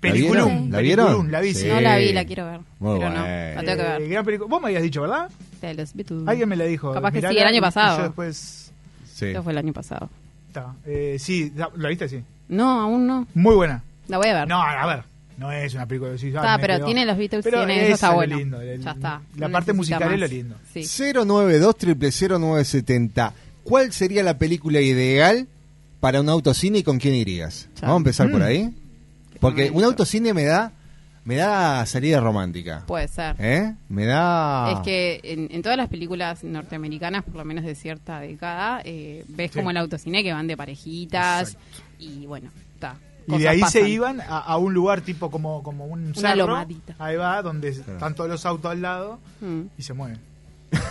[SPEAKER 16] Peliculum,
[SPEAKER 3] vieron? ¿La
[SPEAKER 16] peliculum,
[SPEAKER 3] vieron?
[SPEAKER 16] la vi, sí.
[SPEAKER 7] No la vi, la quiero ver.
[SPEAKER 3] Muy
[SPEAKER 7] pero no,
[SPEAKER 3] buena.
[SPEAKER 7] la tengo que
[SPEAKER 16] Eh,
[SPEAKER 7] ver.
[SPEAKER 16] gran película. Vos me habías dicho, ¿verdad?
[SPEAKER 7] De los Beatles.
[SPEAKER 16] Alguien me la dijo.
[SPEAKER 7] Capaz que sí,
[SPEAKER 16] Mirala, y-
[SPEAKER 7] el
[SPEAKER 16] y
[SPEAKER 7] año
[SPEAKER 16] Yo
[SPEAKER 7] pasado.
[SPEAKER 16] después.
[SPEAKER 3] Sí.
[SPEAKER 7] Esto fue el año pasado.
[SPEAKER 16] ta. Eh, sí, la la viste, sí.
[SPEAKER 7] No, aún no.
[SPEAKER 16] Muy buena.
[SPEAKER 7] La voy a ver.
[SPEAKER 16] No, a ver. No es una película de
[SPEAKER 7] Está, pero tiene los Beatles, tiene, eso está bueno. Ya está,
[SPEAKER 16] La
[SPEAKER 7] no
[SPEAKER 16] parte
[SPEAKER 7] necesita
[SPEAKER 16] musical es lo
[SPEAKER 7] más.
[SPEAKER 16] lindo.
[SPEAKER 7] Sí.
[SPEAKER 3] 092 0970. ¿Cuál sería la película ideal para un autocine y con quién irías?
[SPEAKER 7] Ya.
[SPEAKER 3] Vamos a empezar por
[SPEAKER 7] Mm.
[SPEAKER 3] ahí. Porque un autocine me da me da salida romántica.
[SPEAKER 7] Puede ser.
[SPEAKER 3] ¿Eh? Me da
[SPEAKER 7] Pues. Es que en, en todas las películas norteamericanas, por lo menos de cierta década, eh, ves
[SPEAKER 16] Sí.
[SPEAKER 7] como el autocine que van de parejitas y bueno, está.
[SPEAKER 16] Y
[SPEAKER 7] cosas
[SPEAKER 16] de ahí
[SPEAKER 7] pasan.
[SPEAKER 16] se iban a, a un lugar tipo como, como un
[SPEAKER 7] Una
[SPEAKER 16] cerro.
[SPEAKER 7] lomadita.
[SPEAKER 16] Ahí va, donde están todos los autos al lado
[SPEAKER 7] Mm.
[SPEAKER 16] y se mueven.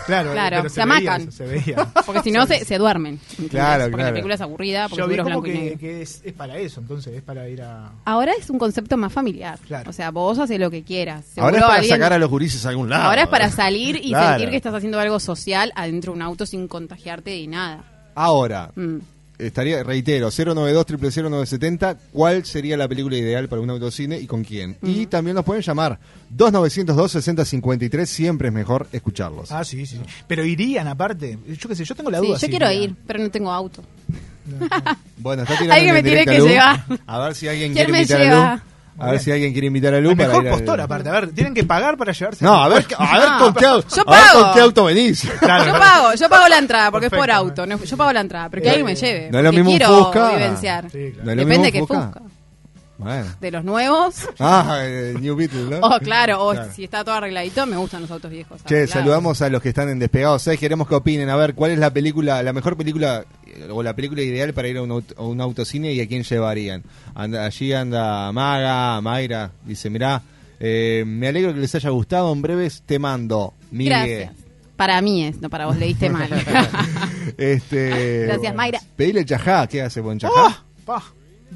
[SPEAKER 16] Claro,
[SPEAKER 7] Claro,
[SPEAKER 16] pero
[SPEAKER 7] se
[SPEAKER 16] veía
[SPEAKER 7] amacan.
[SPEAKER 16] eso, se veía.
[SPEAKER 7] Porque si no, se, se duermen. ¿entendés?
[SPEAKER 3] Claro,
[SPEAKER 7] porque
[SPEAKER 3] claro.
[SPEAKER 7] la película es aburrida, porque
[SPEAKER 16] Yo
[SPEAKER 7] es
[SPEAKER 16] vi
[SPEAKER 7] duro
[SPEAKER 16] como
[SPEAKER 7] blanco y
[SPEAKER 16] que,
[SPEAKER 7] negro.
[SPEAKER 16] que es, es para eso, entonces, es para ir a...
[SPEAKER 7] Ahora es un concepto más familiar.
[SPEAKER 16] Claro.
[SPEAKER 7] O sea, vos haces lo que quieras.
[SPEAKER 3] Ahora es
[SPEAKER 7] Seguro
[SPEAKER 3] para
[SPEAKER 7] alguien-
[SPEAKER 3] sacar a los gurises a algún lado.
[SPEAKER 7] Ahora es para salir y
[SPEAKER 3] Claro.
[SPEAKER 7] sentir que estás haciendo algo social adentro de un auto sin contagiarte de nada.
[SPEAKER 3] Ahora,
[SPEAKER 7] Mm.
[SPEAKER 3] estaría, reitero, 092 00970 cuál sería la película ideal para un autocine y con quién. Y también nos pueden llamar 2902-6053, siempre es mejor escucharlos.
[SPEAKER 5] Ah, sí, sí. Pero irían aparte. Yo qué sé, yo tengo la
[SPEAKER 7] Sí,
[SPEAKER 5] duda.
[SPEAKER 7] yo
[SPEAKER 5] si
[SPEAKER 7] quiero
[SPEAKER 5] irían.
[SPEAKER 7] ir, pero no tengo auto.
[SPEAKER 3] Bueno, está tirando
[SPEAKER 7] Alguien
[SPEAKER 3] en
[SPEAKER 7] me tiene
[SPEAKER 3] directa
[SPEAKER 7] que
[SPEAKER 3] Lu.
[SPEAKER 7] llevar.
[SPEAKER 3] A ver si alguien
[SPEAKER 7] ¿Quién
[SPEAKER 3] quiere
[SPEAKER 7] me
[SPEAKER 3] invitar a
[SPEAKER 7] lleva?
[SPEAKER 3] Lu. A ver si alguien quiere invitar a Lu
[SPEAKER 5] La
[SPEAKER 3] para
[SPEAKER 5] mejor
[SPEAKER 3] ir al-
[SPEAKER 5] postura, aparte. A ver, tienen que pagar para llevarse.
[SPEAKER 3] No, a ver, a ver
[SPEAKER 7] No.
[SPEAKER 3] con qué, au-
[SPEAKER 7] Ah, Yo
[SPEAKER 3] a ver
[SPEAKER 7] pago.
[SPEAKER 3] con qué auto venís.
[SPEAKER 7] Yo pago, yo pago la entrada, porque es por
[SPEAKER 5] Perfecto.
[SPEAKER 7] auto. no es- yo pago la entrada, pero que
[SPEAKER 3] Eh,
[SPEAKER 7] alguien me lleve.
[SPEAKER 3] no es lo
[SPEAKER 7] porque
[SPEAKER 3] mismo un
[SPEAKER 7] quiero
[SPEAKER 3] Fusca.
[SPEAKER 7] vivenciar.
[SPEAKER 3] Sí, claro. No es lo mismo
[SPEAKER 7] Depende
[SPEAKER 3] un
[SPEAKER 7] que
[SPEAKER 3] Fusca.
[SPEAKER 7] Fusca.
[SPEAKER 3] Bueno.
[SPEAKER 7] De los nuevos.
[SPEAKER 3] Ah, eh, New Beetle, ¿no?
[SPEAKER 7] O Oh, claro, o
[SPEAKER 3] Claro.
[SPEAKER 7] si está todo arregladito, me gustan los autos viejos.
[SPEAKER 3] Che,
[SPEAKER 7] arreglados.
[SPEAKER 3] saludamos a los que están en despegados. ¿Sabes? Queremos que opinen. A ver, ¿cuál es la película, la mejor película eh, o la película ideal para ir a un, aut- a un autocine y a quién llevarían? Anda- allí anda Maga, Mayra. Dice, mirá, eh, me alegro que les haya gustado. En breves te mando. Migue.
[SPEAKER 7] Gracias. Para mí es, no para vos, leíste mal.
[SPEAKER 3] Este,
[SPEAKER 7] Gracias, Mayra. ¡Oh!
[SPEAKER 3] Pedile chajá. ¿Qué hace buen chajá?
[SPEAKER 5] ¡Ah! Pa.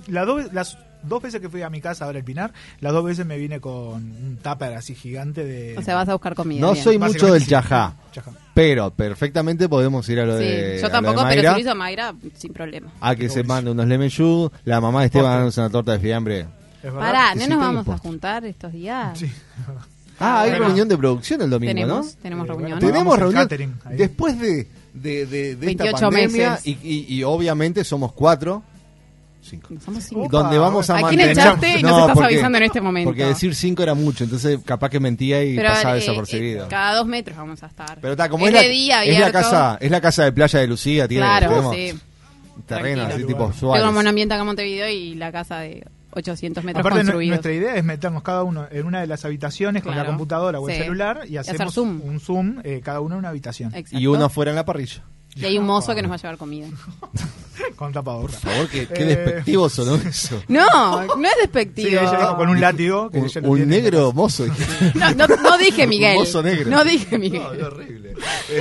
[SPEAKER 5] La do- las dos veces que fui a mi casa ahora el Pinar, las dos veces me vine con un tupper así gigante de.
[SPEAKER 7] o sea, vas a buscar comida.
[SPEAKER 3] no
[SPEAKER 7] bien.
[SPEAKER 3] soy mucho del
[SPEAKER 5] sí.
[SPEAKER 3] chajá.
[SPEAKER 5] Chajá.
[SPEAKER 3] Pero perfectamente podemos ir a lo
[SPEAKER 7] Sí,
[SPEAKER 3] de. a
[SPEAKER 7] yo
[SPEAKER 3] lo
[SPEAKER 7] tampoco,
[SPEAKER 3] de
[SPEAKER 7] pero
[SPEAKER 3] Mayra.
[SPEAKER 7] si lo hizo Mayra, sin problema.
[SPEAKER 3] A que se mande unos lemon yuzu, La mamá de Esteban
[SPEAKER 5] Postre.
[SPEAKER 3] dándose una torta de fiambre.
[SPEAKER 7] Pará, ¿no
[SPEAKER 3] Hiciste
[SPEAKER 7] nos
[SPEAKER 3] un
[SPEAKER 7] vamos a
[SPEAKER 3] postre.
[SPEAKER 7] juntar estos días?
[SPEAKER 3] Ah, hay
[SPEAKER 5] Bueno. Eh,
[SPEAKER 3] reunión de producción el domingo,
[SPEAKER 7] tenemos,
[SPEAKER 3] ¿no?
[SPEAKER 7] tenemos reunión.
[SPEAKER 3] Tenemos
[SPEAKER 5] vamos al
[SPEAKER 3] reunión
[SPEAKER 5] catering, ahí.
[SPEAKER 3] después de, de, de- de esta
[SPEAKER 7] 28
[SPEAKER 3] pandemia
[SPEAKER 7] meses.
[SPEAKER 3] y, y- y obviamente somos cuatro. Cinco.
[SPEAKER 7] Somos cinco.
[SPEAKER 3] donde vamos a
[SPEAKER 7] Aquí en
[SPEAKER 3] mantener.
[SPEAKER 7] el chat nos estás
[SPEAKER 3] porque-
[SPEAKER 7] avisando en este momento.
[SPEAKER 3] Porque decir cinco era mucho, entonces capaz que mentía y
[SPEAKER 7] Pero,
[SPEAKER 3] pasaba
[SPEAKER 7] eh,
[SPEAKER 3] desapercibido.
[SPEAKER 7] eh, cada dos metros vamos a estar.
[SPEAKER 3] pero está, como
[SPEAKER 7] es
[SPEAKER 3] es, la,
[SPEAKER 7] de día
[SPEAKER 3] es la
[SPEAKER 7] abierto.
[SPEAKER 3] casa, es la casa de playa de Lucía, tiene
[SPEAKER 7] Claro,
[SPEAKER 3] tenemos
[SPEAKER 7] sí.
[SPEAKER 3] terreno
[SPEAKER 7] Tranquilo.
[SPEAKER 3] así tipo
[SPEAKER 7] Tengo como un
[SPEAKER 3] suave.
[SPEAKER 7] ambiente acá en Montevideo y la casa de 800 metros
[SPEAKER 5] Aparte, nu-
[SPEAKER 7] construidos.
[SPEAKER 5] nuestra idea es meternos cada uno en una de las habitaciones con la
[SPEAKER 7] Claro.
[SPEAKER 5] computadora o el
[SPEAKER 7] Sí.
[SPEAKER 5] celular
[SPEAKER 7] Y
[SPEAKER 5] y
[SPEAKER 7] hacer
[SPEAKER 5] hacemos
[SPEAKER 7] zoom.
[SPEAKER 5] un zoom, eh, cada uno en una habitación.
[SPEAKER 7] Exacto.
[SPEAKER 3] Y uno afuera en la parrilla.
[SPEAKER 7] Y
[SPEAKER 5] Ah,
[SPEAKER 7] hay un mozo que nos va a llevar comida.
[SPEAKER 5] Con tapador.
[SPEAKER 3] Por favor, qué, qué
[SPEAKER 5] Eh.
[SPEAKER 3] despectivo sonó eso.
[SPEAKER 7] No, no es despectivo.
[SPEAKER 5] Sí, ella llegó con un látigo. Que
[SPEAKER 3] Un,
[SPEAKER 5] ella lo
[SPEAKER 3] un
[SPEAKER 5] tiene.
[SPEAKER 3] negro mozo.
[SPEAKER 7] No, no- no dije Miguel.
[SPEAKER 3] Un mozo negro.
[SPEAKER 7] No dije Miguel.
[SPEAKER 3] No, es horrible.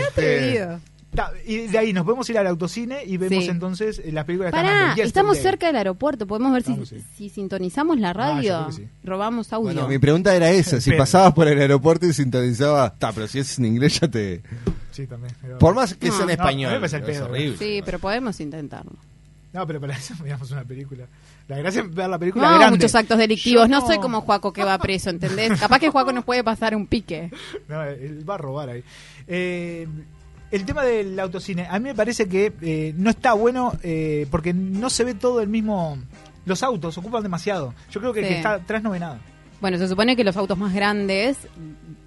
[SPEAKER 7] Atrevido.
[SPEAKER 5] Este, Ta, Y de ahí nos podemos ir al autocine y vemos
[SPEAKER 7] Sí.
[SPEAKER 5] entonces eh, las películas que están
[SPEAKER 7] Pará,
[SPEAKER 5] dando.
[SPEAKER 7] estamos
[SPEAKER 5] Yesterday.
[SPEAKER 7] cerca del aeropuerto. Podemos ver si,
[SPEAKER 5] Vamos, sí. Ah,
[SPEAKER 7] si sintonizamos la radio.
[SPEAKER 5] yo creo que sí.
[SPEAKER 7] Robamos audio.
[SPEAKER 3] Bueno, mi pregunta era esa, si
[SPEAKER 5] Depende.
[SPEAKER 3] pasabas por el aeropuerto y sintonizabas, ta, pero si es en inglés ya te...
[SPEAKER 5] Sí, también. pero-
[SPEAKER 3] Por más que sea en
[SPEAKER 5] No,
[SPEAKER 3] español,
[SPEAKER 5] no, me parece el
[SPEAKER 3] es
[SPEAKER 5] pedo.
[SPEAKER 3] horrible.
[SPEAKER 7] Sí, pero podemos intentarlo.
[SPEAKER 5] No, pero para eso miramos una película. La gracia es ver la película
[SPEAKER 7] No,
[SPEAKER 5] grande.
[SPEAKER 7] muchos actos delictivos.
[SPEAKER 5] Yo
[SPEAKER 7] No. soy como Juaco que va preso, ¿entendés? Capaz que Juaco nos puede pasar un pique.
[SPEAKER 5] No, él va a robar ahí. Eh, el tema del autocine, a mí me parece que eh, no está bueno eh, porque no se ve todo el mismo... Los autos ocupan demasiado. Yo creo que el
[SPEAKER 7] Sí.
[SPEAKER 5] que está atrás no ve nada.
[SPEAKER 7] Bueno, se supone que los autos más grandes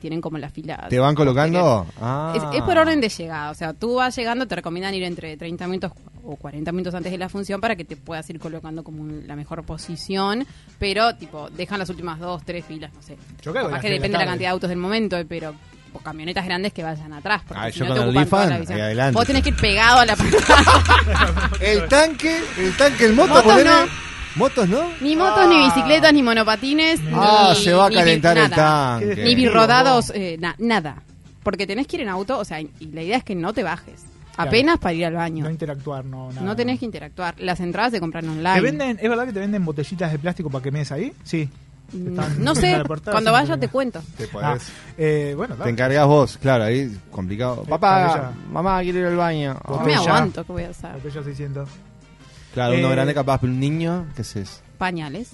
[SPEAKER 7] tienen como la fila.
[SPEAKER 3] ¿Te van colocando? Ah.
[SPEAKER 7] Es, es por orden de llegada, o sea, tú vas llegando, te recomiendan ir entre 30 minutos o 40 minutos antes de la función para que te puedas ir colocando como un- la mejor posición, pero tipo, dejan las últimas dos, tres filas, no sé.
[SPEAKER 5] Yo creo que
[SPEAKER 7] Capaz
[SPEAKER 5] las
[SPEAKER 7] que
[SPEAKER 5] de la
[SPEAKER 7] depende de la
[SPEAKER 5] tarde.
[SPEAKER 7] cantidad de autos del momento, eh, pero o camionetas grandes que vayan atrás, porque
[SPEAKER 3] Ah,
[SPEAKER 7] si
[SPEAKER 3] yo
[SPEAKER 7] no te
[SPEAKER 3] con el
[SPEAKER 7] ocupan toda
[SPEAKER 3] Lifan,
[SPEAKER 7] la visión.
[SPEAKER 3] ahí adelante.
[SPEAKER 7] Vos tenés que ir pegado a la pantalla.
[SPEAKER 3] El tanque, el tanque, el moto,
[SPEAKER 7] Motos
[SPEAKER 3] ponele-
[SPEAKER 7] no.
[SPEAKER 3] ¿Motos no?
[SPEAKER 7] ni motos, ni bicicletas, ni monopatines,
[SPEAKER 3] Ah,
[SPEAKER 7] ni,
[SPEAKER 3] se va a
[SPEAKER 7] ni bi-
[SPEAKER 3] calentar el
[SPEAKER 7] nada.
[SPEAKER 3] tanque.
[SPEAKER 7] Ni birrodados, eh, na- nada. Porque tenés que ir en auto, o sea, y la idea es que no te bajes. Apenas para ir al baño.
[SPEAKER 5] No interactuar, no nada.
[SPEAKER 7] No tenés que interactuar. Las entradas se compran
[SPEAKER 5] ¿Te
[SPEAKER 7] online.
[SPEAKER 5] venden, ¿Es verdad que te venden botellitas de plástico para que mees ahí? Sí. Están-
[SPEAKER 7] Mm, No
[SPEAKER 5] en
[SPEAKER 7] sé,
[SPEAKER 5] la portada,
[SPEAKER 7] cuando
[SPEAKER 5] siempre
[SPEAKER 7] vaya
[SPEAKER 5] que-
[SPEAKER 7] te cuento.
[SPEAKER 3] Te,
[SPEAKER 5] Ah,
[SPEAKER 3] podés-
[SPEAKER 5] eh, bueno,
[SPEAKER 3] Pues, te
[SPEAKER 5] dale.
[SPEAKER 3] encargas vos, claro, ahí complicado. Papá,
[SPEAKER 5] botella.
[SPEAKER 3] mamá, quiero ir al baño.
[SPEAKER 7] No
[SPEAKER 3] Ah.
[SPEAKER 7] me
[SPEAKER 5] Botella.
[SPEAKER 7] aguanto, ¿qué voy a usar?
[SPEAKER 5] Botella 600.
[SPEAKER 3] Claro, uno
[SPEAKER 5] Eh,
[SPEAKER 3] grande capaz, pero un niño, ¿qué es eso?
[SPEAKER 7] Pañales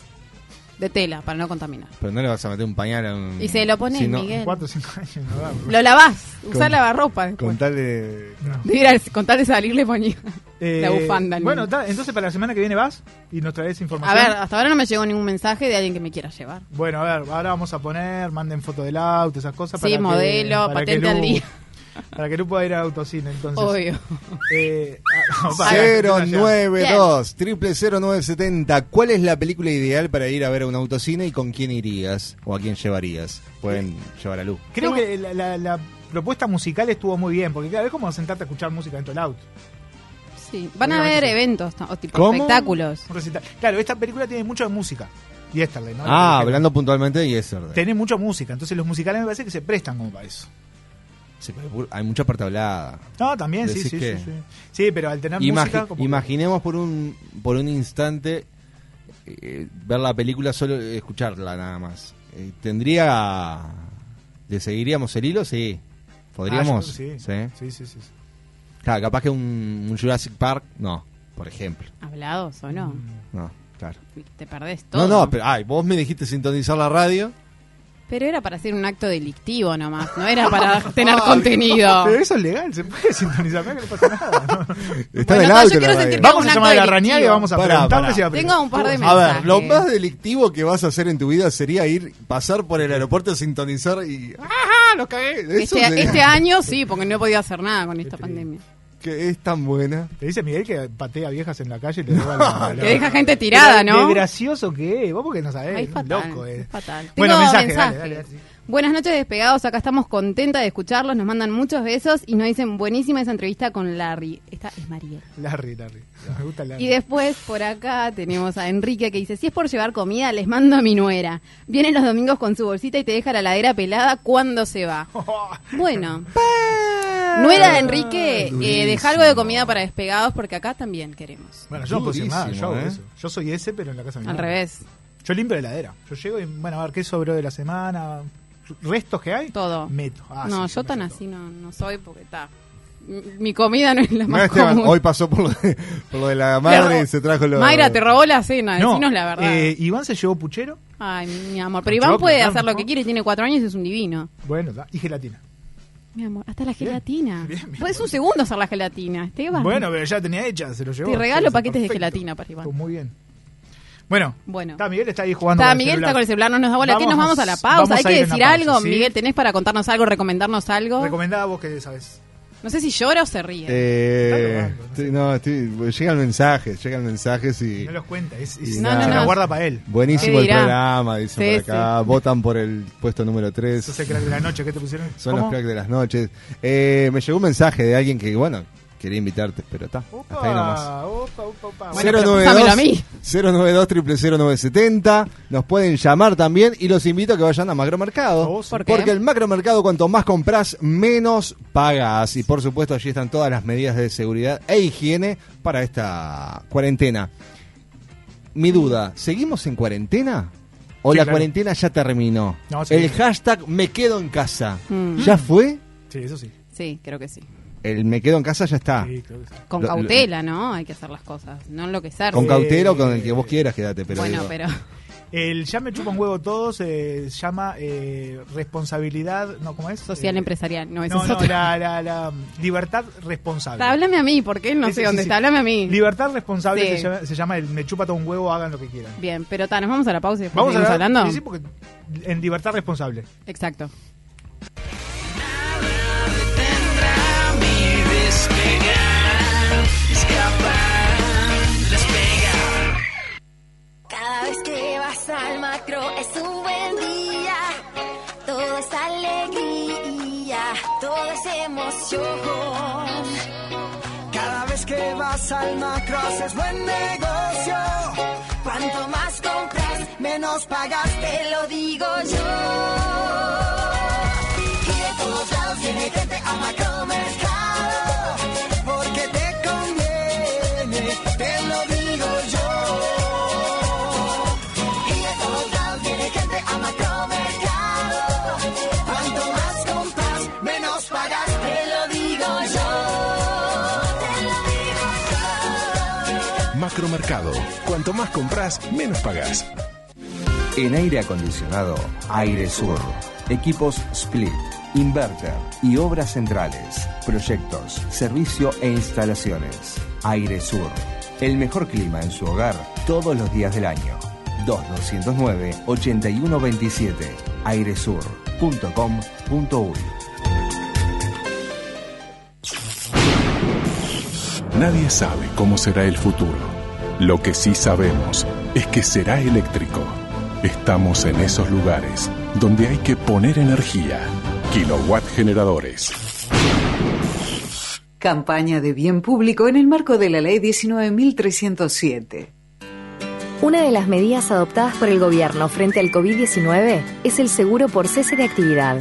[SPEAKER 7] de tela para no contaminar.
[SPEAKER 3] Pero no le vas a meter un pañal a un...
[SPEAKER 7] Y se lo pones,
[SPEAKER 3] si no-
[SPEAKER 7] Miguel.
[SPEAKER 5] 4 o 5 años, no da.
[SPEAKER 7] Lo lavás, usás
[SPEAKER 3] Con-
[SPEAKER 7] lavarropa después.
[SPEAKER 3] Con tal de...
[SPEAKER 7] De ir al- con tal de salir le ponía
[SPEAKER 5] Eh,
[SPEAKER 7] la bufanda. al
[SPEAKER 5] Bueno,
[SPEAKER 7] niño.
[SPEAKER 5] ta, entonces para la semana que viene vas y nos traes
[SPEAKER 7] a
[SPEAKER 5] información.
[SPEAKER 7] ver, hasta ahora no me llegó ningún mensaje de alguien que me quiera llevar.
[SPEAKER 5] Bueno, a ver, ahora vamos a poner, manden foto del auto, esas cosas.
[SPEAKER 7] Sí, modelo, patente
[SPEAKER 5] Lu-
[SPEAKER 7] al día.
[SPEAKER 5] Para que Lu pueda ir al autocine, entonces.
[SPEAKER 7] Obvio.
[SPEAKER 5] Eh, ah, para, que tú
[SPEAKER 3] 092
[SPEAKER 5] vayas.
[SPEAKER 3] 0970 ¿Cuál es la película ideal para ir a ver a un autocine y con quién irías o a quién llevarías? Pueden llevar a Lu.
[SPEAKER 5] Creo que la, la- la propuesta musical estuvo muy bien, porque claro, es como sentarte a escuchar música dentro del auto.
[SPEAKER 7] Sí. Van a haber eventos ta- o tipo
[SPEAKER 3] ¿Cómo?
[SPEAKER 7] espectáculos.
[SPEAKER 5] Un recital. Claro, esta película tiene mucho de música. Y esta, ¿no?
[SPEAKER 3] Ah, hablando puntualmente de Yesterday.
[SPEAKER 5] Tiene mucha música, entonces los musicales me parece que se prestan como para eso.
[SPEAKER 3] Se puede pur- Hay mucha parte hablada.
[SPEAKER 5] No, también, sí,
[SPEAKER 3] Decís
[SPEAKER 5] sí,
[SPEAKER 3] que-
[SPEAKER 5] sí, sí. Sí, pero al tener
[SPEAKER 3] Imagi-
[SPEAKER 5] música... como-
[SPEAKER 3] Imaginemos por un por un instante eh, ver la película solo eh, escucharla nada más. Eh, ¿Tendría... ¿Le seguiríamos el hilo? Sí.
[SPEAKER 5] Ah, yo
[SPEAKER 3] ¿Podríamos?
[SPEAKER 5] creo que
[SPEAKER 3] Sí.
[SPEAKER 5] sí. Sí, sí, sí. sí.
[SPEAKER 3] Claro, capaz que un, un Jurassic Park, no. por ejemplo.
[SPEAKER 7] ¿Hablados o no?
[SPEAKER 5] Mm.
[SPEAKER 3] No, claro.
[SPEAKER 7] Te perdés todo.
[SPEAKER 3] No, no, pero ay, vos me dijiste sintonizar la radio.
[SPEAKER 7] Pero era para hacer un acto delictivo nomás, no era para tener contenido.
[SPEAKER 5] Pero eso es legal, se puede sintonizar, no que no pasa nada.
[SPEAKER 3] Está
[SPEAKER 5] Bueno,
[SPEAKER 3] en el
[SPEAKER 5] no, yo
[SPEAKER 3] auto
[SPEAKER 5] quiero
[SPEAKER 3] la radio.
[SPEAKER 5] sentirme Vamos a un llamar acto a la Ranieri y
[SPEAKER 3] delictivo.
[SPEAKER 5] vamos a
[SPEAKER 3] Pará,
[SPEAKER 5] preguntarle
[SPEAKER 3] pará.
[SPEAKER 5] si va primero.
[SPEAKER 7] Tengo un par de
[SPEAKER 3] A ver,
[SPEAKER 7] mensajes.
[SPEAKER 3] lo más delictivo que vas a hacer en tu vida sería ir, pasar por el aeropuerto, sintonizar y... ¡Ajá! ¡Lo cagué! Eso
[SPEAKER 7] Este,
[SPEAKER 3] de-
[SPEAKER 7] este año sí, porque no he podido hacer nada con
[SPEAKER 5] Este,
[SPEAKER 7] esta pandemia.
[SPEAKER 3] Que es tan buena.
[SPEAKER 5] Te dice Miguel que patea viejas en la calle y le roba la- la-
[SPEAKER 7] Que deja gente tirada,
[SPEAKER 5] Pero
[SPEAKER 7] ¿no?
[SPEAKER 5] Qué gracioso que es, vos porque no sabés.
[SPEAKER 7] Ay, es fatal,
[SPEAKER 5] eh, loco es.
[SPEAKER 7] es fatal. Tengo
[SPEAKER 5] Bueno, mensaje,
[SPEAKER 7] mensajes.
[SPEAKER 5] dale, dale, dale.
[SPEAKER 7] Buenas noches, despegados. Acá estamos contentas de escucharlos. Nos mandan muchos besos y nos dicen buenísima esa entrevista con Larry. Esta es Mariel.
[SPEAKER 5] Larry, Larry. Me gusta Larry.
[SPEAKER 7] Y después por acá tenemos a Enrique que dice, si es por llevar comida, les mando a mi nuera. Viene los domingos con su bolsita y te deja la ladera pelada cuando se va. Bueno.
[SPEAKER 5] Ah.
[SPEAKER 7] Nuera de Enrique, eh, deja algo de comida para despegados porque acá también queremos.
[SPEAKER 5] Bueno, yo no puedo decir nada, yo
[SPEAKER 3] Durísimo,
[SPEAKER 5] hago
[SPEAKER 3] ¿eh?
[SPEAKER 5] eso. Yo soy ese, pero en la casa de mi
[SPEAKER 7] Al
[SPEAKER 5] madre.
[SPEAKER 7] revés.
[SPEAKER 5] Yo limpio la heladera. Yo llego y, bueno, a ver qué sobró de la semana, restos que hay.
[SPEAKER 7] Todo.
[SPEAKER 5] Meto. Ah,
[SPEAKER 7] no,
[SPEAKER 5] sí,
[SPEAKER 7] yo tan así no, no soy porque está. Mi, mi comida no es la
[SPEAKER 3] Mira,
[SPEAKER 7] más
[SPEAKER 3] Esteban,
[SPEAKER 7] común.
[SPEAKER 3] hoy pasó por lo de, por lo de la madre y se trajo lo...
[SPEAKER 7] Mayra, te robó la cena,
[SPEAKER 5] No,
[SPEAKER 7] decinos la verdad.
[SPEAKER 5] eh, Iván se llevó puchero.
[SPEAKER 7] Ay, mi amor. Pero
[SPEAKER 5] no,
[SPEAKER 7] Iván
[SPEAKER 5] choclo,
[SPEAKER 7] puede
[SPEAKER 5] claro,
[SPEAKER 7] hacer lo
[SPEAKER 5] ¿no?
[SPEAKER 7] que quiere, tiene cuatro años y es un divino.
[SPEAKER 5] Bueno, ta, y gelatina.
[SPEAKER 7] Mi amor, hasta la gelatina. Puedes un segundo hacer la gelatina, Esteban.
[SPEAKER 5] Bueno, pero ya tenía hecha, se lo llevó.
[SPEAKER 7] Te regalo
[SPEAKER 5] Sí,
[SPEAKER 7] paquetes de
[SPEAKER 5] perfecto.
[SPEAKER 7] gelatina para Iván.
[SPEAKER 5] Pues muy bien. Bueno,
[SPEAKER 7] Bueno.
[SPEAKER 5] está Miguel está ahí jugando.
[SPEAKER 7] Está,
[SPEAKER 5] con el
[SPEAKER 7] Miguel
[SPEAKER 5] celular.
[SPEAKER 7] está con el celular, no nos da bola. ¿Qué?
[SPEAKER 5] Vamos
[SPEAKER 7] Nos vamos a la pausa.
[SPEAKER 5] vamos
[SPEAKER 7] Hay
[SPEAKER 5] a ir
[SPEAKER 7] que
[SPEAKER 5] a una
[SPEAKER 7] decir
[SPEAKER 5] pausa,
[SPEAKER 7] algo.
[SPEAKER 5] ¿sí?
[SPEAKER 7] Miguel, ¿tenés para contarnos algo, recomendarnos algo?
[SPEAKER 5] Recomendá vos que sabés.
[SPEAKER 7] no sé si llora o se ríe.
[SPEAKER 3] Eh, estoy- no, estoy- llegan mensajes, llegan mensajes y...
[SPEAKER 5] No los cuenta, es,
[SPEAKER 3] y
[SPEAKER 5] es-
[SPEAKER 3] nada.
[SPEAKER 5] se la guarda para él.
[SPEAKER 3] Buenísimo
[SPEAKER 5] ¿Qué
[SPEAKER 3] el
[SPEAKER 5] dirá?
[SPEAKER 3] programa, dicen
[SPEAKER 5] Sí,
[SPEAKER 3] por acá. Votan por el puesto número 3.
[SPEAKER 5] Sos el crack de la noche, ¿qué te pusieron?
[SPEAKER 3] Son
[SPEAKER 5] ¿Cómo?
[SPEAKER 3] los cracks de las noches. Eh, me llegó un mensaje de alguien que, bueno, quería invitarte, pero está. Hasta ahí nomás.
[SPEAKER 5] Ah, opa, opa, opa.
[SPEAKER 7] pero
[SPEAKER 3] 092
[SPEAKER 7] pásamelo a mí.
[SPEAKER 3] 092 00970. Nos pueden llamar también y los invito a que vayan a Macro Mercado.
[SPEAKER 7] qué?
[SPEAKER 3] Porque el Macro Mercado, cuanto más compras, menos pagas. Y por supuesto, allí están todas las medidas de seguridad e higiene para esta cuarentena. Mi duda, ¿seguimos en cuarentena? ¿O
[SPEAKER 5] Sí,
[SPEAKER 3] la
[SPEAKER 5] claro.
[SPEAKER 3] cuarentena ya terminó?
[SPEAKER 5] No, sí.
[SPEAKER 3] el hashtag me quedo en casa.
[SPEAKER 7] Mm.
[SPEAKER 3] ¿Ya fue?
[SPEAKER 5] Sí, eso sí.
[SPEAKER 7] Sí, creo que sí.
[SPEAKER 3] El me quedo en casa ya está.
[SPEAKER 7] Con
[SPEAKER 3] Lo- lo-
[SPEAKER 7] cautela, ¿no? Hay que hacer las cosas. No enloquecerse.
[SPEAKER 3] Con cautela o con el que vos quieras, quédate. Pero
[SPEAKER 7] bueno,
[SPEAKER 3] digo,
[SPEAKER 7] pero.
[SPEAKER 5] El ya me chupa un huevo todos se llama eh, responsabilidad, no, ¿cómo es?
[SPEAKER 7] Social
[SPEAKER 5] Eh,
[SPEAKER 7] empresarial. No, eso
[SPEAKER 5] No,
[SPEAKER 7] es
[SPEAKER 5] no,
[SPEAKER 7] otro.
[SPEAKER 5] la, la, la mm, libertad responsable.
[SPEAKER 7] Háblame a mí, porque él no
[SPEAKER 5] Ese,
[SPEAKER 7] sé
[SPEAKER 5] sí,
[SPEAKER 7] dónde
[SPEAKER 5] sí.
[SPEAKER 7] está. Háblame a mí.
[SPEAKER 5] Libertad responsable
[SPEAKER 7] Sí.
[SPEAKER 5] se, llama, se llama el me chupa todo un huevo, hagan lo que quieran.
[SPEAKER 7] Bien, pero ta, nos vamos a la pausa y después vamos seguimos
[SPEAKER 5] hablar-
[SPEAKER 7] hablando.
[SPEAKER 5] Sí, sí, porque en libertad responsable.
[SPEAKER 7] Exacto.
[SPEAKER 1] Y despegar, escapar, despegar.
[SPEAKER 18] Cada vez que vas al macro es un buen día. Todo es alegría, todo es emoción.
[SPEAKER 2] Cada vez que vas al macro haces buen negocio.
[SPEAKER 18] Cuanto más compras, menos pagas, te lo digo yo.
[SPEAKER 2] Y de todos lados viene gente a macromercado. Porque te conviene, te lo digo yo. Y de todos lados viene gente a macromercado. Cuanto más compras, menos pagas, te lo digo yo. Te lo digo
[SPEAKER 19] Macromercado. Cuanto más compras, menos pagas.
[SPEAKER 20] En aire acondicionado, Aire Sur. Equipos Split, Inverter y Obras Centrales. Proyectos, servicio e instalaciones. Aire Sur. El mejor clima en su hogar todos los días del año. 2209-8127. airesur.com.uy
[SPEAKER 19] Nadie sabe cómo será el futuro. Lo que sí sabemos es que será eléctrico. Estamos en esos lugares donde hay que poner energía. Kilowatt generadores.
[SPEAKER 21] Campaña de bien público en el marco de la Ley 19.307.
[SPEAKER 9] Una de las medidas adoptadas por el gobierno frente al COVID-19 es el seguro por cese de actividad.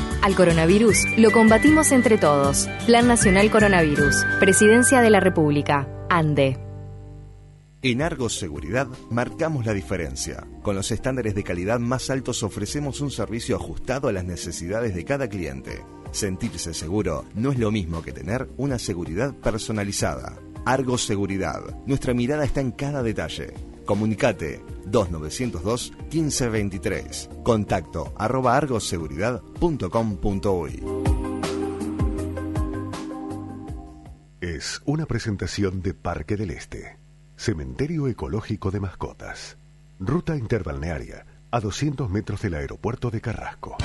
[SPEAKER 9] Al coronavirus lo combatimos entre todos. Plan Nacional Coronavirus. Presidencia de la República. ANDE.
[SPEAKER 22] En Argos Seguridad marcamos la diferencia. Con los estándares de calidad más altos ofrecemos un servicio ajustado a las necesidades de cada cliente. Sentirse seguro no es lo mismo que tener una seguridad personalizada. Argos Seguridad. Nuestra mirada está en cada detalle. Comunicate 2902 1523. Contacto arroba argoseguridad.com.uy.
[SPEAKER 23] Es una presentación de Parque del Este, Cementerio Ecológico de Mascotas, ruta interbalnearia a 200 metros del aeropuerto de Carrasco.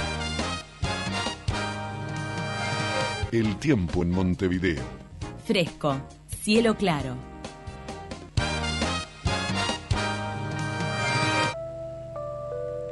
[SPEAKER 23] El tiempo en Montevideo.
[SPEAKER 24] Fresco, cielo claro.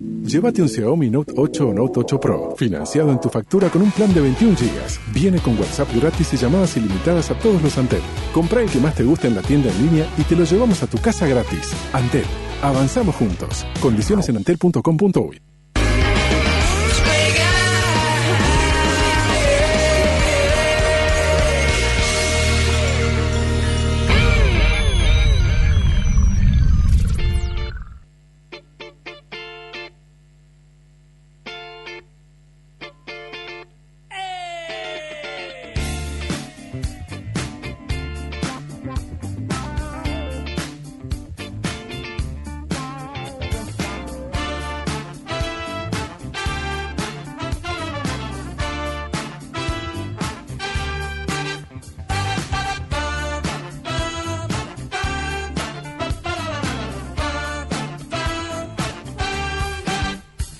[SPEAKER 19] Llévate un Xiaomi Note 8 o Note 8 Pro, financiado en tu factura con un plan de 21 GB. Viene con WhatsApp gratis y llamadas ilimitadas a todos los Antel. Compra el que más te guste en la tienda en línea y te lo llevamos a tu casa gratis. Antel, avanzamos juntos. Condiciones en antel.com.uy.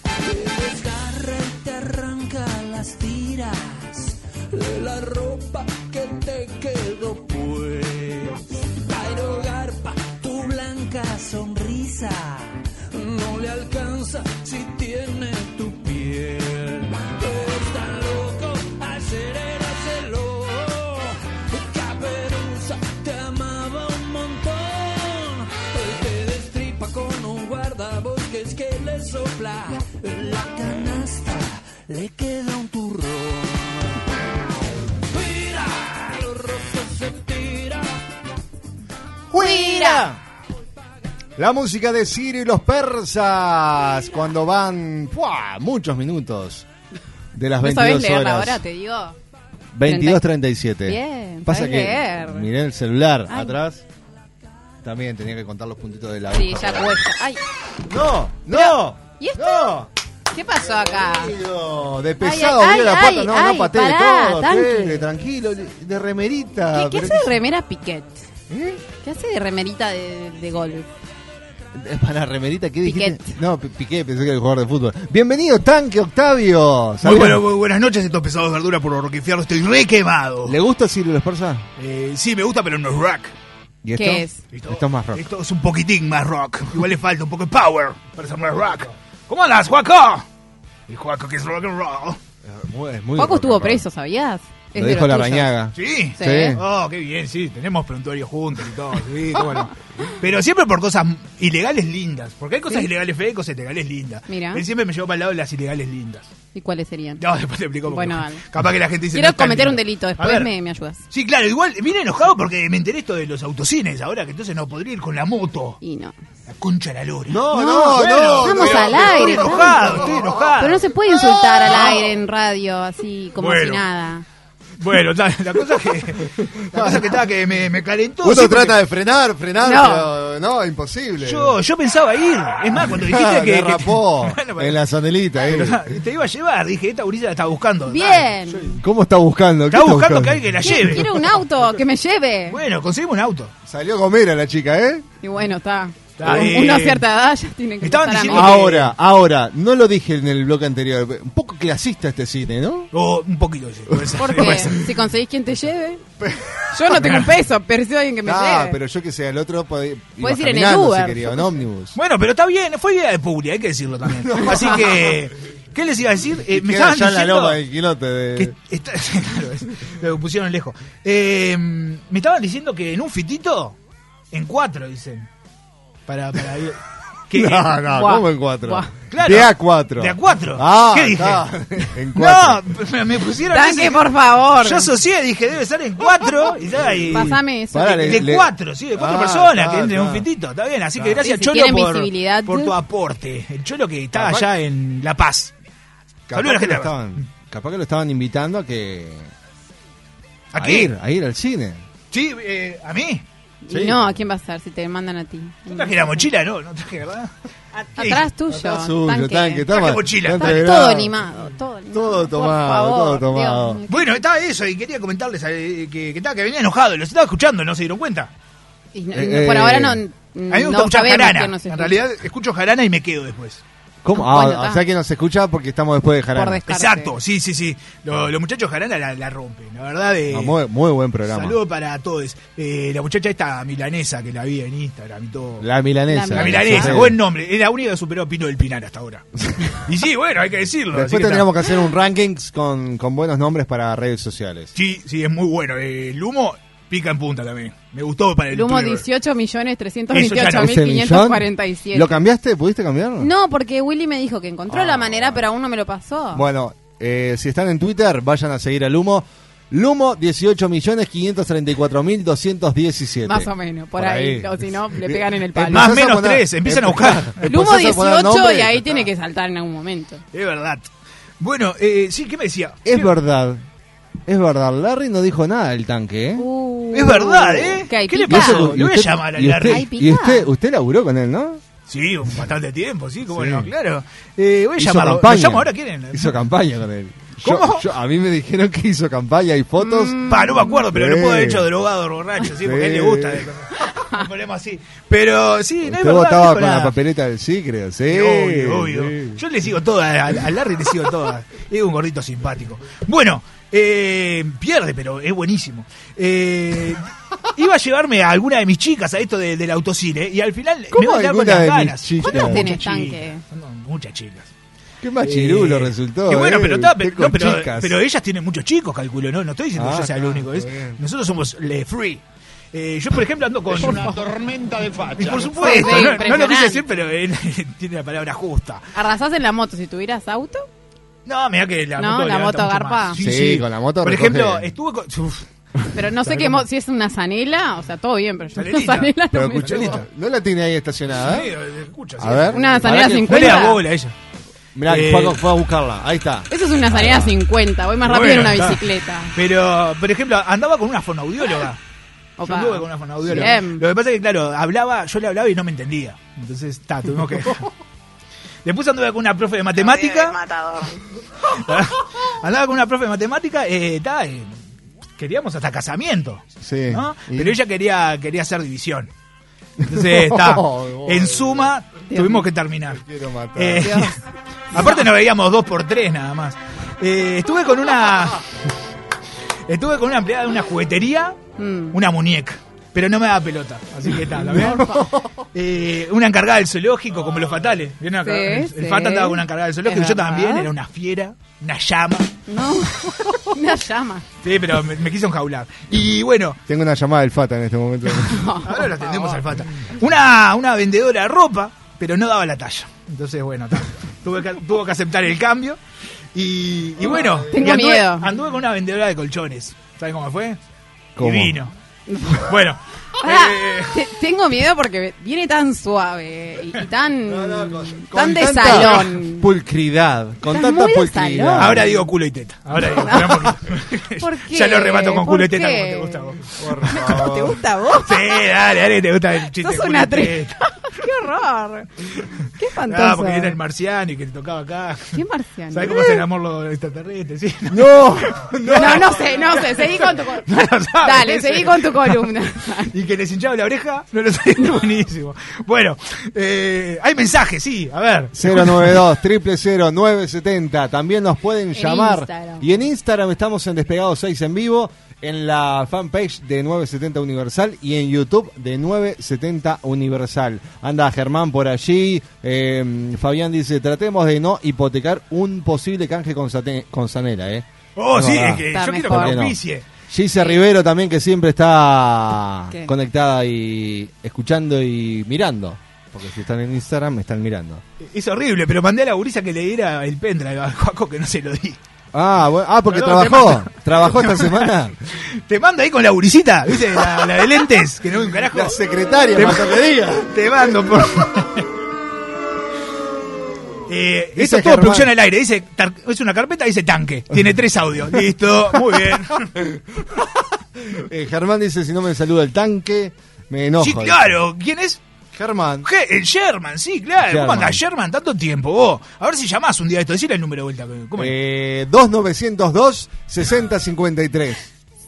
[SPEAKER 10] Te desgarra y te arranca las tiras de la ropa que te quedó pues. Para hogar pa' tu blanca sonrisa no le alcanza si tiene tu piel. Eres tan loco, ayer eras el lobo. Caperuza te amaba un montón. Él te destripa con un guardabosques que le sopla la canasta. Le queda un turrón. Mira, los rostros se tiran.
[SPEAKER 3] ¡Huira! La música de Ciro y los persas cuando van ¡fua! muchos minutos de las
[SPEAKER 7] No sabés
[SPEAKER 3] 22
[SPEAKER 7] leer ahora,
[SPEAKER 3] horas.
[SPEAKER 7] te digo.
[SPEAKER 3] 22.37.
[SPEAKER 7] Bien,
[SPEAKER 3] Pasa
[SPEAKER 7] sabés
[SPEAKER 3] que
[SPEAKER 7] leer.
[SPEAKER 3] miré el celular
[SPEAKER 7] Ay.
[SPEAKER 3] atrás. También tenía que contar los puntitos de la
[SPEAKER 7] Sí,
[SPEAKER 3] aguja.
[SPEAKER 7] ya cuesta. Ay,
[SPEAKER 3] No, no,
[SPEAKER 7] ¿y esto? ¿Qué pasó acá?
[SPEAKER 3] no, de pesado,
[SPEAKER 7] Ay, ay,
[SPEAKER 3] mira la
[SPEAKER 7] ay,
[SPEAKER 3] pata, no,
[SPEAKER 7] ay,
[SPEAKER 3] no pateé
[SPEAKER 7] pará,
[SPEAKER 3] todo,
[SPEAKER 7] tranqui.
[SPEAKER 3] tele, tranquilo, de remerita.
[SPEAKER 7] ¿Qué, qué
[SPEAKER 3] pero-
[SPEAKER 7] hace de remera Piquet?
[SPEAKER 5] ¿eh?
[SPEAKER 7] ¿Qué hace de remerita de, de golf?
[SPEAKER 3] Es para la remerita, ¿qué dijiste? No, Pi- Piqué, pensé que era el jugador de fútbol. Bienvenido, Tanque Octavio.
[SPEAKER 5] Muy,
[SPEAKER 3] Saludos.
[SPEAKER 5] bueno, muy buenas noches, estos pesados de verdura por horquefiarlo. Estoy re quemado.
[SPEAKER 3] ¿Le gusta Silvio los persas?
[SPEAKER 5] Eh, sí, me gusta, pero no es rock.
[SPEAKER 3] ¿Y esto?
[SPEAKER 5] ¿Qué es?
[SPEAKER 3] Esto es más rock.
[SPEAKER 5] Esto es un poquitín más rock. Igual le falta un poco de power para ser más rock. ¿Cómo andas, Juaco? Y Juaco, que es rock and roll.
[SPEAKER 3] Muy, muy
[SPEAKER 7] Juaco estuvo preso, ¿sabías?
[SPEAKER 5] Es
[SPEAKER 3] Lo
[SPEAKER 5] de
[SPEAKER 3] dijo
[SPEAKER 5] los
[SPEAKER 3] la
[SPEAKER 5] tuyos.
[SPEAKER 3] rañaga.
[SPEAKER 5] ¿Sí? Oh, qué bien, sí. Tenemos prontuario juntos y todo. sí, cómo no. Pero siempre por cosas ilegales lindas. Porque hay cosas
[SPEAKER 7] Sí.
[SPEAKER 5] ilegales feas y cosas ilegales lindas.
[SPEAKER 7] Mira.
[SPEAKER 5] Él siempre me llevó para el lado de las ilegales lindas.
[SPEAKER 7] ¿Y cuáles serían?
[SPEAKER 5] No, después te explico. porque
[SPEAKER 7] Bueno, dale.
[SPEAKER 5] Capaz que la gente dice.
[SPEAKER 7] Quiero
[SPEAKER 5] "No es tan
[SPEAKER 7] cometer un
[SPEAKER 5] lindo".
[SPEAKER 7] delito,
[SPEAKER 5] A
[SPEAKER 7] después
[SPEAKER 5] ver.
[SPEAKER 7] me, me ayudas.
[SPEAKER 5] Sí, claro, igual vine enojado porque me enteré esto de los autocines ahora, que entonces no podría ir con la moto.
[SPEAKER 7] Y no.
[SPEAKER 5] La concha de la lora.
[SPEAKER 3] No,
[SPEAKER 5] no, no,
[SPEAKER 7] Estamos
[SPEAKER 5] pero-
[SPEAKER 7] al
[SPEAKER 5] pero
[SPEAKER 7] aire.
[SPEAKER 5] Estoy enojado,
[SPEAKER 7] tanto.
[SPEAKER 5] estoy enojado.
[SPEAKER 7] Pero no se puede insultar al aire en radio así como si
[SPEAKER 5] Bueno.
[SPEAKER 7] nada.
[SPEAKER 5] Bueno, la, la cosa que. La cosa que estaba que me, me calentó.
[SPEAKER 3] Uno
[SPEAKER 5] sí,
[SPEAKER 3] trata
[SPEAKER 5] porque-
[SPEAKER 3] de frenar, frenar,
[SPEAKER 5] No.
[SPEAKER 3] pero no, imposible.
[SPEAKER 5] Yo, yo pensaba ir. Es más, cuando dijiste
[SPEAKER 3] Ah,
[SPEAKER 5] que. que-
[SPEAKER 3] derrapó
[SPEAKER 5] Bueno,
[SPEAKER 3] en la sandelita. eh.
[SPEAKER 5] pero- te iba a llevar, dije, esta gurisa la está buscando.
[SPEAKER 7] Bien.
[SPEAKER 3] ¿Cómo está buscando? ¿Qué
[SPEAKER 5] Está buscando que alguien la lleve.
[SPEAKER 7] Quiero un auto que me lleve.
[SPEAKER 5] Bueno, conseguimos un auto.
[SPEAKER 3] Salió gomera la chica, ¿eh?
[SPEAKER 7] Y bueno, está.
[SPEAKER 3] Está
[SPEAKER 7] Un-
[SPEAKER 3] bien.
[SPEAKER 7] Una cierta edad ya tiene que empezar
[SPEAKER 5] Estaban
[SPEAKER 7] a
[SPEAKER 5] diciendo
[SPEAKER 7] medir.
[SPEAKER 3] Ahora, ahora, no lo dije en el bloque anterior, un poco clasista este cine, ¿no?
[SPEAKER 5] un poquito, sí.
[SPEAKER 7] Porque si conseguís quien te lleve, yo no tengo un peso, pero si alguien que me
[SPEAKER 3] Ah,
[SPEAKER 7] lleve.
[SPEAKER 3] pero yo que sé, el otro podía, iba
[SPEAKER 7] Puedes ir en el
[SPEAKER 3] caminando,
[SPEAKER 7] Uber.
[SPEAKER 3] si quería, en ómnibus.
[SPEAKER 5] Bueno, pero está bien, fue idea de Publi, hay que decirlo también. Así que, ¿qué les iba a decir? Eh, me
[SPEAKER 3] Queda
[SPEAKER 5] estaban
[SPEAKER 3] allá en la
[SPEAKER 5] diciendo.
[SPEAKER 3] loma del quilote de...
[SPEAKER 5] Está- claro, es- lo pusieron lejos. Eh, me estaban diciendo que en un fitito, en cuatro, dicen. Para, para ir. que-
[SPEAKER 3] no, no,
[SPEAKER 5] Buah,
[SPEAKER 3] ¿cómo en cuatro?
[SPEAKER 5] buah. Claro.
[SPEAKER 3] De a cuatro.
[SPEAKER 5] De a cuatro.
[SPEAKER 3] Ah,
[SPEAKER 5] ¿Qué dije?
[SPEAKER 3] está. En cuatro.
[SPEAKER 5] No, me- me pusieron.
[SPEAKER 7] Tanque,
[SPEAKER 5] ese-
[SPEAKER 7] por favor.
[SPEAKER 5] Yo asocié, dije, debe ser en cuatro. Y, ya, y-
[SPEAKER 7] Pasame eso.
[SPEAKER 5] De,
[SPEAKER 7] Pará, le-
[SPEAKER 5] de
[SPEAKER 7] le-
[SPEAKER 5] cuatro, sí, de cuatro
[SPEAKER 7] Ah,
[SPEAKER 5] personas
[SPEAKER 7] está,
[SPEAKER 5] que entren en un
[SPEAKER 7] está.
[SPEAKER 5] fitito. Está bien, así que
[SPEAKER 7] Está.
[SPEAKER 5] gracias,
[SPEAKER 7] Sí, si
[SPEAKER 5] Cholo,
[SPEAKER 7] tienen
[SPEAKER 5] por,
[SPEAKER 7] visibilidad.
[SPEAKER 5] por tu aporte. El Cholo que
[SPEAKER 7] Ah,
[SPEAKER 5] estaba
[SPEAKER 3] Capaz-
[SPEAKER 5] allá en La Paz. Saludos a la
[SPEAKER 3] Capaz que, lo
[SPEAKER 5] gente de La Paz.
[SPEAKER 3] estaban, capaz que lo estaban invitando a que...
[SPEAKER 5] ¿A
[SPEAKER 3] a
[SPEAKER 5] qué?
[SPEAKER 3] ir, a ir al cine.
[SPEAKER 5] Sí, eh, a mí.
[SPEAKER 7] Y no, ¿a quién va a estar si te mandan a ti?
[SPEAKER 5] No traje la mochila, no, no traje, ¿verdad?
[SPEAKER 7] Atrás tuyo.
[SPEAKER 3] Atrás suyo,
[SPEAKER 7] tanque.
[SPEAKER 3] tanque, está
[SPEAKER 5] Traje
[SPEAKER 3] mal,
[SPEAKER 5] mochila.
[SPEAKER 3] está
[SPEAKER 5] Está
[SPEAKER 3] entreverado.
[SPEAKER 7] Todo animado, todo animado.
[SPEAKER 3] Todo tomado,
[SPEAKER 5] favor,
[SPEAKER 3] todo tomado.
[SPEAKER 5] Bueno, estaba eso y quería comentarles eh, que, que estaba que venía enojado, los estaba escuchando, no se dieron cuenta.
[SPEAKER 7] Y no-
[SPEAKER 3] eh,
[SPEAKER 7] no- por ahora no. mm,
[SPEAKER 5] A mí me
[SPEAKER 7] no
[SPEAKER 5] gusta escuchar
[SPEAKER 7] sabemos
[SPEAKER 5] jarana.
[SPEAKER 7] quién nos
[SPEAKER 5] en
[SPEAKER 7] escucha.
[SPEAKER 5] realidad escucho jarana y me quedo después.
[SPEAKER 3] ¿Cómo? Ah,
[SPEAKER 5] Bueno,
[SPEAKER 3] o
[SPEAKER 5] está.
[SPEAKER 3] sea que nos escucha porque estamos después de Jarana.
[SPEAKER 5] Exacto, sí, sí, sí. Lo- los muchachos jarana la, la rompen, la verdad. Eh,
[SPEAKER 3] Ah, muy, muy buen programa.
[SPEAKER 5] Saludo para todos. Eh, la muchacha esta milanesa que la vi en Instagram y todo.
[SPEAKER 3] La milanesa.
[SPEAKER 5] La
[SPEAKER 3] Sí.
[SPEAKER 5] milanesa, buen nombre. Es la única que superó a Pino del Pinar hasta ahora. y sí, bueno, hay que decirlo. así
[SPEAKER 3] Después
[SPEAKER 5] que
[SPEAKER 3] tendríamos que
[SPEAKER 5] está.
[SPEAKER 3] hacer un rankings con, con buenos nombres para redes sociales.
[SPEAKER 5] Sí, sí, es muy bueno. Eh, el humo pica en punta también. Me gustó para el
[SPEAKER 7] Lumo
[SPEAKER 5] youtuber.
[SPEAKER 7] 18 millones
[SPEAKER 3] ¿Ese millón? ¿Lo
[SPEAKER 7] 328.547.
[SPEAKER 3] cambiaste? ¿Pudiste cambiarlo?
[SPEAKER 7] No, porque Willy me dijo que encontró
[SPEAKER 3] Ah,
[SPEAKER 7] la manera, pero aún no me lo pasó.
[SPEAKER 3] Bueno, eh, si están en Twitter, vayan a seguir al Humo. Lumo, 18.534.217.
[SPEAKER 7] Más o menos, por,
[SPEAKER 3] Por
[SPEAKER 7] ahí.
[SPEAKER 3] ahí. Eh,
[SPEAKER 7] O si no, le pegan en el palo.
[SPEAKER 5] Más
[SPEAKER 3] Empezás a
[SPEAKER 5] menos
[SPEAKER 3] poner-
[SPEAKER 5] tres, empiezan a buscar.
[SPEAKER 7] Lumo
[SPEAKER 3] empezás a poner
[SPEAKER 7] 18
[SPEAKER 3] nombres.
[SPEAKER 7] y ahí tiene que saltar en algún momento.
[SPEAKER 5] Es verdad. Bueno, eh, sí, ¿qué me decía?
[SPEAKER 3] Es verdad. Es verdad, Larry no dijo nada del tanque,
[SPEAKER 7] Uh,
[SPEAKER 3] ¿eh?
[SPEAKER 5] Es verdad, ¿eh?
[SPEAKER 7] que hay
[SPEAKER 5] ¿Qué le
[SPEAKER 7] picado.
[SPEAKER 5] pasó?
[SPEAKER 3] Y
[SPEAKER 5] Lo voy a
[SPEAKER 3] usted-
[SPEAKER 5] llamar a
[SPEAKER 3] y
[SPEAKER 5] Larry.
[SPEAKER 3] usted, y usted, usted laburó con él, ¿no?
[SPEAKER 5] Sí, un bastante tiempo, sí, cómo
[SPEAKER 3] Sí.
[SPEAKER 5] no, claro. Eh, voy a
[SPEAKER 3] Hizo
[SPEAKER 5] llamarlo. Lo
[SPEAKER 3] campaña.
[SPEAKER 5] llamo ahora, ¿quieren?
[SPEAKER 3] Hizo campaña con él. Yo-
[SPEAKER 5] ¿Cómo?
[SPEAKER 3] yo- a mí me dijeron que hizo campaña y fotos.
[SPEAKER 7] Mm.
[SPEAKER 3] Eh.
[SPEAKER 5] Pa, no me acuerdo, pero lo
[SPEAKER 3] Sí.
[SPEAKER 5] puedo haber hecho drogado, borracho, sí, porque a él le
[SPEAKER 3] Sí.
[SPEAKER 5] gusta. eh, Un problema así. Pero sí, no es
[SPEAKER 3] Usted
[SPEAKER 5] verdad.
[SPEAKER 3] votaba
[SPEAKER 5] dijo
[SPEAKER 3] con
[SPEAKER 5] nada.
[SPEAKER 3] la papeleta del sí, creo. Sí.
[SPEAKER 5] Sí, obvio, obvio.
[SPEAKER 3] sí.
[SPEAKER 5] Yo le sigo todas, a, a Larry le sigo todas. Es un gordito simpático. Bueno, eh, pierde, pero es buenísimo. Eh, iba a llevarme a alguna de mis chicas a esto de- del autocine y al final me
[SPEAKER 3] ¿Cómo
[SPEAKER 5] voy a quedar con
[SPEAKER 3] alguna
[SPEAKER 5] las
[SPEAKER 3] de mis
[SPEAKER 5] ganas.
[SPEAKER 3] chicas?
[SPEAKER 5] ¿Cuántas
[SPEAKER 3] ¿Cuántas
[SPEAKER 5] muchas
[SPEAKER 7] tenés,
[SPEAKER 5] chicas?
[SPEAKER 7] tanque?
[SPEAKER 5] No, Muchas chicas.
[SPEAKER 3] Qué machirulo
[SPEAKER 5] Eh,
[SPEAKER 3] resultó.
[SPEAKER 5] y bueno,
[SPEAKER 3] eh,
[SPEAKER 5] pero, está-
[SPEAKER 3] usted
[SPEAKER 5] no,
[SPEAKER 3] con
[SPEAKER 5] pero,
[SPEAKER 3] chicas.
[SPEAKER 5] pero ellas tienen muchos chicos, calculo, ¿no? No estoy diciendo
[SPEAKER 3] Ah,
[SPEAKER 5] que yo sea el
[SPEAKER 3] claro,
[SPEAKER 5] único.
[SPEAKER 3] está
[SPEAKER 5] es- nosotros somos le free. Eh, yo, por ejemplo, ando con...
[SPEAKER 17] Es una tormenta de fachas.
[SPEAKER 5] Por supuesto,
[SPEAKER 7] Sí,
[SPEAKER 5] no, no lo
[SPEAKER 7] impresionante.
[SPEAKER 5] quise decir, pero eh, tiene la palabra justa.
[SPEAKER 7] Arrasás en la moto. Si tuvieras auto,
[SPEAKER 5] No, mira que la
[SPEAKER 7] No,
[SPEAKER 5] moto.
[SPEAKER 7] la
[SPEAKER 5] levanta
[SPEAKER 7] moto
[SPEAKER 5] mucho
[SPEAKER 7] garpa.
[SPEAKER 5] más.
[SPEAKER 3] Sí, con la moto
[SPEAKER 5] Por
[SPEAKER 3] recoge.
[SPEAKER 5] ejemplo, estuve con. uf,
[SPEAKER 7] pero no sé qué mo- si es una zanela, o sea, todo bien, pero yo una
[SPEAKER 5] Zanelita.
[SPEAKER 7] zanela no
[SPEAKER 3] Pero
[SPEAKER 7] me
[SPEAKER 3] escuchó-
[SPEAKER 7] llevo.
[SPEAKER 3] no la tiene ahí estacionada.
[SPEAKER 5] Sí,
[SPEAKER 3] ¿eh?
[SPEAKER 5] escucha,
[SPEAKER 3] A ver.
[SPEAKER 7] Una
[SPEAKER 3] Pará
[SPEAKER 7] zanela
[SPEAKER 3] que-
[SPEAKER 7] 50.
[SPEAKER 3] Dale a
[SPEAKER 5] bola ella.
[SPEAKER 3] Mirá,
[SPEAKER 5] Eh,
[SPEAKER 3] Juaco fue a buscarla. Ahí está.
[SPEAKER 7] Eso es una zanela 50. Voy más rápido en
[SPEAKER 5] Bueno,
[SPEAKER 7] una
[SPEAKER 5] está.
[SPEAKER 7] bicicleta.
[SPEAKER 5] Pero, por ejemplo, andaba con una fonoaudióloga. Yo
[SPEAKER 7] Opa.
[SPEAKER 5] anduve con una fonoaudióloga.
[SPEAKER 7] Bien.
[SPEAKER 5] Lo que pasa es que, claro, hablaba, yo le hablaba y no me entendía. Entonces, está, tuvimos que. Después anduve con una profe de matemática. andaba con una profe de matemática, eh, ta, eh, queríamos hasta casamiento.
[SPEAKER 3] Sí.
[SPEAKER 5] ¿no?
[SPEAKER 3] Y-
[SPEAKER 5] Pero ella quería, quería hacer división. Entonces, está.
[SPEAKER 3] No,
[SPEAKER 5] en suma,
[SPEAKER 3] Dios
[SPEAKER 5] tuvimos
[SPEAKER 3] mío.
[SPEAKER 5] que terminar.
[SPEAKER 3] Oh, Quiero matar.
[SPEAKER 5] Eh, aparte nos veíamos dos por tres nada más. Eh, estuve con una. Estuve con una empleada de una juguetería,
[SPEAKER 7] Mm.
[SPEAKER 5] una muñeca. Pero no me daba pelota, así que tal, Eh, una encargada del zoológico, como los fatales. ¿Vieron acá?
[SPEAKER 7] Sí,
[SPEAKER 5] el
[SPEAKER 7] sí.
[SPEAKER 5] fatal estaba con una encargada del zoológico,
[SPEAKER 7] Es
[SPEAKER 5] y yo
[SPEAKER 7] verdad.
[SPEAKER 5] también, era una fiera, una llama.
[SPEAKER 7] No, una llama.
[SPEAKER 5] Sí, pero me, me quiso enjaular. Y bueno.
[SPEAKER 2] Tengo una llamada del Fata en este momento.
[SPEAKER 5] Ahora lo atendemos al Fata. Una, una vendedora de ropa, pero no daba la talla. Entonces, bueno, ta, tuve que, tuvo que aceptar el cambio. Y, y bueno,
[SPEAKER 7] Tengo
[SPEAKER 5] y anduve,
[SPEAKER 7] miedo.
[SPEAKER 5] anduve con una vendedora de colchones. ¿Saben cómo fue?
[SPEAKER 2] ¿Cómo?
[SPEAKER 5] Divino. bueno,
[SPEAKER 7] Pará,
[SPEAKER 5] Eh,
[SPEAKER 7] te- tengo miedo porque viene tan suave y, y tan, tan de
[SPEAKER 3] tanta
[SPEAKER 7] salón.
[SPEAKER 3] Pulcridad. Con
[SPEAKER 7] Estás
[SPEAKER 3] tanta
[SPEAKER 7] muy de
[SPEAKER 3] pulcridad.
[SPEAKER 7] salón.
[SPEAKER 5] Ahora digo culo y teta. Ahora digo,
[SPEAKER 7] ¿Por qué?
[SPEAKER 5] ya lo remato con
[SPEAKER 7] ¿Por
[SPEAKER 5] culo y teta
[SPEAKER 7] qué?
[SPEAKER 5] como te
[SPEAKER 7] ¿Te gusta
[SPEAKER 5] gusta a vos.
[SPEAKER 7] a vos?
[SPEAKER 5] Sí, dale, dale, te gusta el chiste.
[SPEAKER 7] Sos
[SPEAKER 5] de culo
[SPEAKER 7] una
[SPEAKER 5] y teta.
[SPEAKER 7] ¡Qué horror! ¡Qué espantoso!
[SPEAKER 5] Ah, porque era el marciano y que te tocaba acá.
[SPEAKER 7] ¿Qué marciano?
[SPEAKER 5] ¿Sabes cómo se enamoró los extraterrestres? Sí,
[SPEAKER 2] ¡No!
[SPEAKER 7] No, no, sé, no sé. Seguí con tu columna. Dale,
[SPEAKER 5] ese.
[SPEAKER 7] seguí con tu columna.
[SPEAKER 5] y que les hinchaba la oreja, no lo sé, buenísimo. Bueno, eh, hay mensajes, sí, a ver.
[SPEAKER 3] 092 000 970 También nos pueden llamar.
[SPEAKER 5] Instagram.
[SPEAKER 3] Y en Instagram estamos en Despegado 6 en vivo, en la fanpage de 970 Universal y en YouTube de 970 Universal. Anda Germán por allí. eh, Fabián dice: Tratemos de no hipotecar un posible canje con, Sate- con Sanela. ¿eh?
[SPEAKER 5] Oh, sí,
[SPEAKER 3] va.
[SPEAKER 5] es que Está yo quiero que mejor. me auspicie.
[SPEAKER 3] Gise Rivero también, que siempre está
[SPEAKER 5] ¿Qué?
[SPEAKER 3] conectada y escuchando y mirando. Porque si están en Instagram, me están mirando.
[SPEAKER 5] Es horrible, pero mandé a la gurisa que le diera el pendrive a Juaco que no se lo di.
[SPEAKER 3] Ah, bueno, ah, porque
[SPEAKER 5] Perdón, te
[SPEAKER 3] trabajó.
[SPEAKER 5] mando-
[SPEAKER 3] ¿Trabajó esta semana?
[SPEAKER 5] Te mando ahí con la gurisita, ¿viste? La, la de lentes, que no es un carajo. La
[SPEAKER 3] secretaria,
[SPEAKER 5] te,
[SPEAKER 3] para que le diga.
[SPEAKER 5] Te mando, por Eh,
[SPEAKER 3] Dice
[SPEAKER 5] esto es todo
[SPEAKER 3] Germán.
[SPEAKER 5] producción al aire. Dice, tar- es una carpeta, dice tanque. Tiene tres audios. Listo, muy bien.
[SPEAKER 3] Eh, Germán dice, si no me saluda el tanque, me enojo.
[SPEAKER 5] sí, claro. ¿Quién es?
[SPEAKER 3] Germán.
[SPEAKER 5] El Sherman, sí, claro. ¿Cómo
[SPEAKER 3] Sherman.
[SPEAKER 5] andás, Sherman? Tanto tiempo, vos. A ver si llamás un día esto. Decirle el número de vuelta. ¿Cómo es?
[SPEAKER 3] Eh, 2902-6053.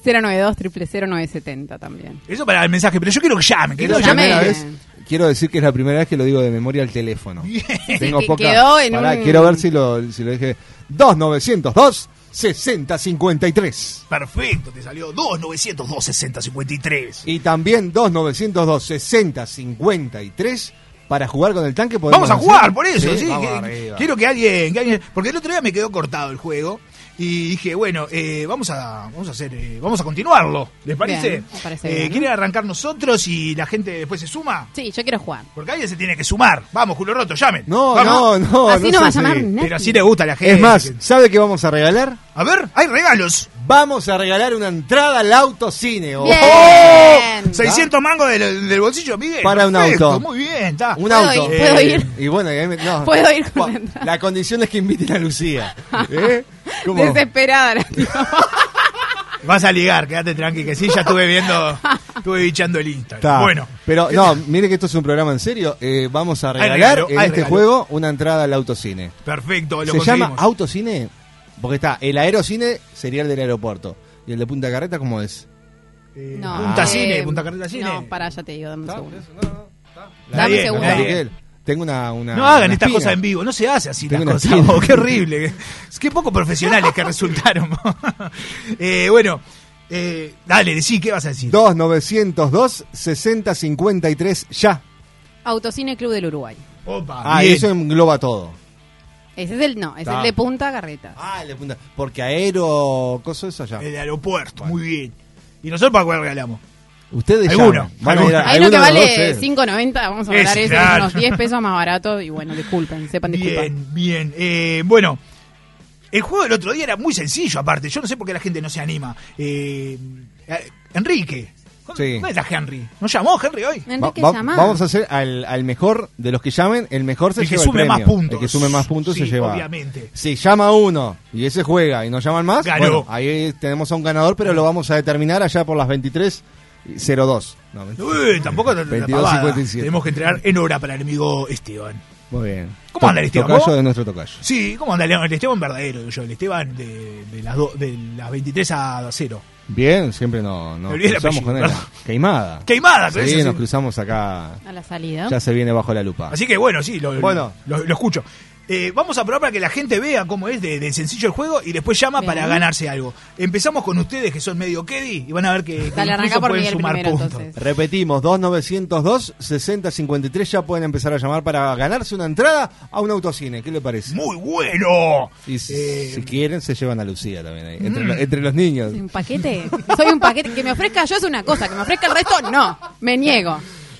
[SPEAKER 7] 092 000 970 también.
[SPEAKER 5] Eso para el mensaje, pero yo quiero que llamen. Que
[SPEAKER 3] Es la
[SPEAKER 5] no llamen.
[SPEAKER 3] primera vez- Quiero decir que es la primera vez que lo digo de memoria al teléfono. Tengo
[SPEAKER 5] que
[SPEAKER 3] poca-
[SPEAKER 5] quedó en
[SPEAKER 3] Pará,
[SPEAKER 5] un-
[SPEAKER 3] Quiero ver si lo, si lo dije. 2902-6053.
[SPEAKER 5] Perfecto, te salió 2902 6053.
[SPEAKER 3] Y también 2902-6053 para jugar con el tanque. podemos
[SPEAKER 5] Vamos a
[SPEAKER 3] hacer-
[SPEAKER 5] jugar, por eso, sí.
[SPEAKER 3] vamos
[SPEAKER 5] que-
[SPEAKER 3] arriba.
[SPEAKER 5] quiero que alguien, que alguien- Porque el otro día me quedó cortado el juego. Y dije, bueno, eh, vamos a vamos a hacer, eh, vamos a continuarlo. ¿Les parece?
[SPEAKER 7] Bien, me parece
[SPEAKER 5] Eh,
[SPEAKER 7] bien.
[SPEAKER 5] ¿Quieren arrancar nosotros y la gente después se suma?
[SPEAKER 7] Sí, yo quiero jugar.
[SPEAKER 5] Porque alguien se tiene que sumar. Vamos, culo roto, llamen.
[SPEAKER 3] No,
[SPEAKER 5] Vamos. Eh,
[SPEAKER 3] no, no.
[SPEAKER 7] Así no
[SPEAKER 3] sé
[SPEAKER 7] va a llamar
[SPEAKER 3] si-
[SPEAKER 7] nadie.
[SPEAKER 5] Pero así le gusta a la gente.
[SPEAKER 3] Es más, ¿sabe qué vamos a regalar?
[SPEAKER 5] A ver, hay regalos.
[SPEAKER 3] Vamos a regalar una entrada al autocine. ojo.
[SPEAKER 5] ¡Oh! 600 mangos del, del bolsillo, Miguel.
[SPEAKER 3] Para un
[SPEAKER 5] Perfecto,
[SPEAKER 3] auto.
[SPEAKER 5] Muy bien, está.
[SPEAKER 3] Un auto.
[SPEAKER 5] Eh,
[SPEAKER 3] Y bueno, y ahí me- no.
[SPEAKER 5] Puedo
[SPEAKER 7] ir con
[SPEAKER 3] Cu- La condición es que inviten a Lucía. ¿Eh? ¿Cómo?
[SPEAKER 7] Desesperada. la-
[SPEAKER 5] Vas a ligar, quédate tranqui, que sí, ya estuve viendo, estuve bichando el Instagram.
[SPEAKER 3] Está.
[SPEAKER 5] Bueno,
[SPEAKER 3] Pero no, mire que esto es un programa en serio. Eh, vamos a regalar
[SPEAKER 5] regalo,
[SPEAKER 3] en
[SPEAKER 5] hay
[SPEAKER 3] este
[SPEAKER 5] regalo.
[SPEAKER 3] juego una entrada al autocine.
[SPEAKER 5] perfecto, lo
[SPEAKER 3] Se llama
[SPEAKER 5] conseguimos.
[SPEAKER 3] autocine porque está el aerocine sería el del aeropuerto. ¿Y el de Punta Carreta cómo es?
[SPEAKER 7] No,
[SPEAKER 3] Eh,
[SPEAKER 7] Eh,
[SPEAKER 3] Punta
[SPEAKER 5] Cine, Eh, Punta Carreta Cine.
[SPEAKER 7] No, pará, ya te digo, dame un segundo.
[SPEAKER 3] La
[SPEAKER 7] Dame un
[SPEAKER 3] bien,
[SPEAKER 7] segundo.
[SPEAKER 3] la bien. Tengo una, una-
[SPEAKER 5] No hagan
[SPEAKER 3] una
[SPEAKER 5] estas
[SPEAKER 3] espina.
[SPEAKER 5] cosas en vivo, no se hace así las
[SPEAKER 3] Tengo una
[SPEAKER 5] cosas.
[SPEAKER 3] espina.
[SPEAKER 5] vos, qué horrible. Es que poco profesionales que resultaron. Eh, bueno, eh, dale, decí, ¿qué vas a decir?
[SPEAKER 3] 2902-6053 ya.
[SPEAKER 7] Autocine Club del Uruguay.
[SPEAKER 5] Opa,
[SPEAKER 3] Ah, y
[SPEAKER 5] bien.
[SPEAKER 3] eso engloba todo.
[SPEAKER 7] Ese es el, no, es
[SPEAKER 3] Ta.
[SPEAKER 7] el de Punta Carreta.
[SPEAKER 3] Ah, el de Punta. Porque aero. Cosa es allá.
[SPEAKER 5] El aeropuerto, muy bien. ¿Y nosotros para cuál regalamos?
[SPEAKER 3] Ustedes
[SPEAKER 5] Alguno,
[SPEAKER 3] llaman. Van a ir a-
[SPEAKER 7] Hay uno que
[SPEAKER 3] alguno de los dos,
[SPEAKER 7] vale
[SPEAKER 3] eh.
[SPEAKER 7] 5.90, vamos a hablar
[SPEAKER 5] Ese,
[SPEAKER 7] ese,
[SPEAKER 5] claro.
[SPEAKER 7] unos 10 pesos más barato y bueno, disculpen, sepan disculpar.
[SPEAKER 5] Bien, bien. Eh, bueno, el juego del otro día era muy sencillo, aparte. Yo no sé por qué la gente no se anima. Eh, eh, Enrique.
[SPEAKER 3] Sí.
[SPEAKER 5] ¿Dónde está Henry? ¿No llamó Henry hoy?
[SPEAKER 3] Va- va- vamos a hacer al, al mejor de los que llamen, el mejor se
[SPEAKER 5] El que
[SPEAKER 3] lleva
[SPEAKER 5] sume
[SPEAKER 3] el premio.
[SPEAKER 5] más puntos.
[SPEAKER 3] El que sume más puntos
[SPEAKER 5] Sí,
[SPEAKER 3] se lleva.
[SPEAKER 5] obviamente.
[SPEAKER 3] Si llama uno y ese juega y no llaman más,
[SPEAKER 5] Ganó.
[SPEAKER 3] bueno, ahí tenemos a un ganador, pero lo vamos a determinar allá por las 23.02. No, mentira.
[SPEAKER 5] Uy, tampoco tanta
[SPEAKER 3] 22,
[SPEAKER 5] pavada.
[SPEAKER 3] 57.
[SPEAKER 5] Tenemos que entregar en hora para el amigo Esteban.
[SPEAKER 3] Muy bien.
[SPEAKER 5] ¿Cómo
[SPEAKER 3] To-
[SPEAKER 5] anda el Esteban,
[SPEAKER 3] Tocayo
[SPEAKER 5] vos?
[SPEAKER 3] de nuestro tocayo.
[SPEAKER 5] Sí, ¿cómo anda León? El Esteban verdadero, digo yo. El Esteban de, de las, do- de las 23 a 0.
[SPEAKER 3] Bien, siempre no, no
[SPEAKER 5] Me olvidé el
[SPEAKER 3] cruzamos
[SPEAKER 5] apellido,
[SPEAKER 3] con él.
[SPEAKER 5] perdón.
[SPEAKER 3] Queimada.
[SPEAKER 5] Queimada, pero
[SPEAKER 3] Sí,
[SPEAKER 5] ese
[SPEAKER 3] nos
[SPEAKER 5] sí.
[SPEAKER 3] cruzamos acá.
[SPEAKER 7] A la salida.
[SPEAKER 3] Ya se viene bajo la lupa.
[SPEAKER 5] Así que bueno, sí, lo,
[SPEAKER 3] Bueno.
[SPEAKER 5] lo, lo escucho. Eh, vamos a probar para que la gente vea cómo es de, de sencillo el juego y después llama
[SPEAKER 7] Bien.
[SPEAKER 5] para ganarse algo. Empezamos con ustedes que son medio Kedi y van a ver que, que
[SPEAKER 7] Dale, arranca
[SPEAKER 5] incluso
[SPEAKER 7] por
[SPEAKER 5] pueden
[SPEAKER 7] Miguel
[SPEAKER 5] sumar
[SPEAKER 7] primero,
[SPEAKER 5] puntos.
[SPEAKER 7] entonces.
[SPEAKER 3] Repetimos, 2902-6053 ya pueden empezar a llamar para ganarse una entrada a un autocine. ¿Qué le parece?
[SPEAKER 5] ¡Muy bueno! Eh,
[SPEAKER 3] Y si, si quieren, se llevan a Lucía también ahí,
[SPEAKER 5] Mm.
[SPEAKER 3] entre, lo- entre los niños.
[SPEAKER 7] ¿Un paquete? Soy un paquete. Que me ofrezca yo es una cosa, que me ofrezca el resto, no. Me niego.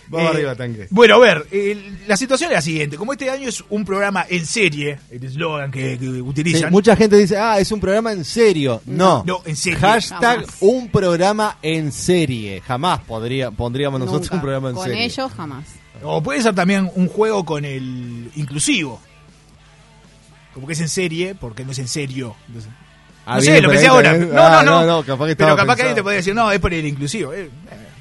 [SPEAKER 3] Vamos
[SPEAKER 5] Eh,
[SPEAKER 3] arriba, Tanque.
[SPEAKER 5] Bueno, a ver, el- la situación es la siguiente. Como este año es un programa en serie, el eslogan que, que
[SPEAKER 3] Sí,
[SPEAKER 5] utilizan.
[SPEAKER 3] mucha gente dice, ah, es un programa en serio. No.
[SPEAKER 5] No, en serie.
[SPEAKER 3] Hashtag
[SPEAKER 5] Jamás.
[SPEAKER 3] un programa en serie. Jamás podría, pondríamos nosotros
[SPEAKER 7] Nunca.
[SPEAKER 3] un programa en
[SPEAKER 7] Con
[SPEAKER 3] serie.
[SPEAKER 7] ellos jamás.
[SPEAKER 5] O puede ser también un juego con el inclusivo. Como que es en serie, porque no es en serio. Entonces,
[SPEAKER 3] Ah,
[SPEAKER 5] no
[SPEAKER 3] bien,
[SPEAKER 5] sé,
[SPEAKER 3] pero
[SPEAKER 5] lo pensé
[SPEAKER 3] ahí
[SPEAKER 5] ahora.
[SPEAKER 3] también-
[SPEAKER 5] No,
[SPEAKER 3] ah,
[SPEAKER 5] no, no,
[SPEAKER 3] no, no, capaz que
[SPEAKER 5] Pero
[SPEAKER 3] estaba
[SPEAKER 5] capaz que
[SPEAKER 3] pensado.
[SPEAKER 5] alguien te podría decir, no, es por el inclusivo. Eh, eh,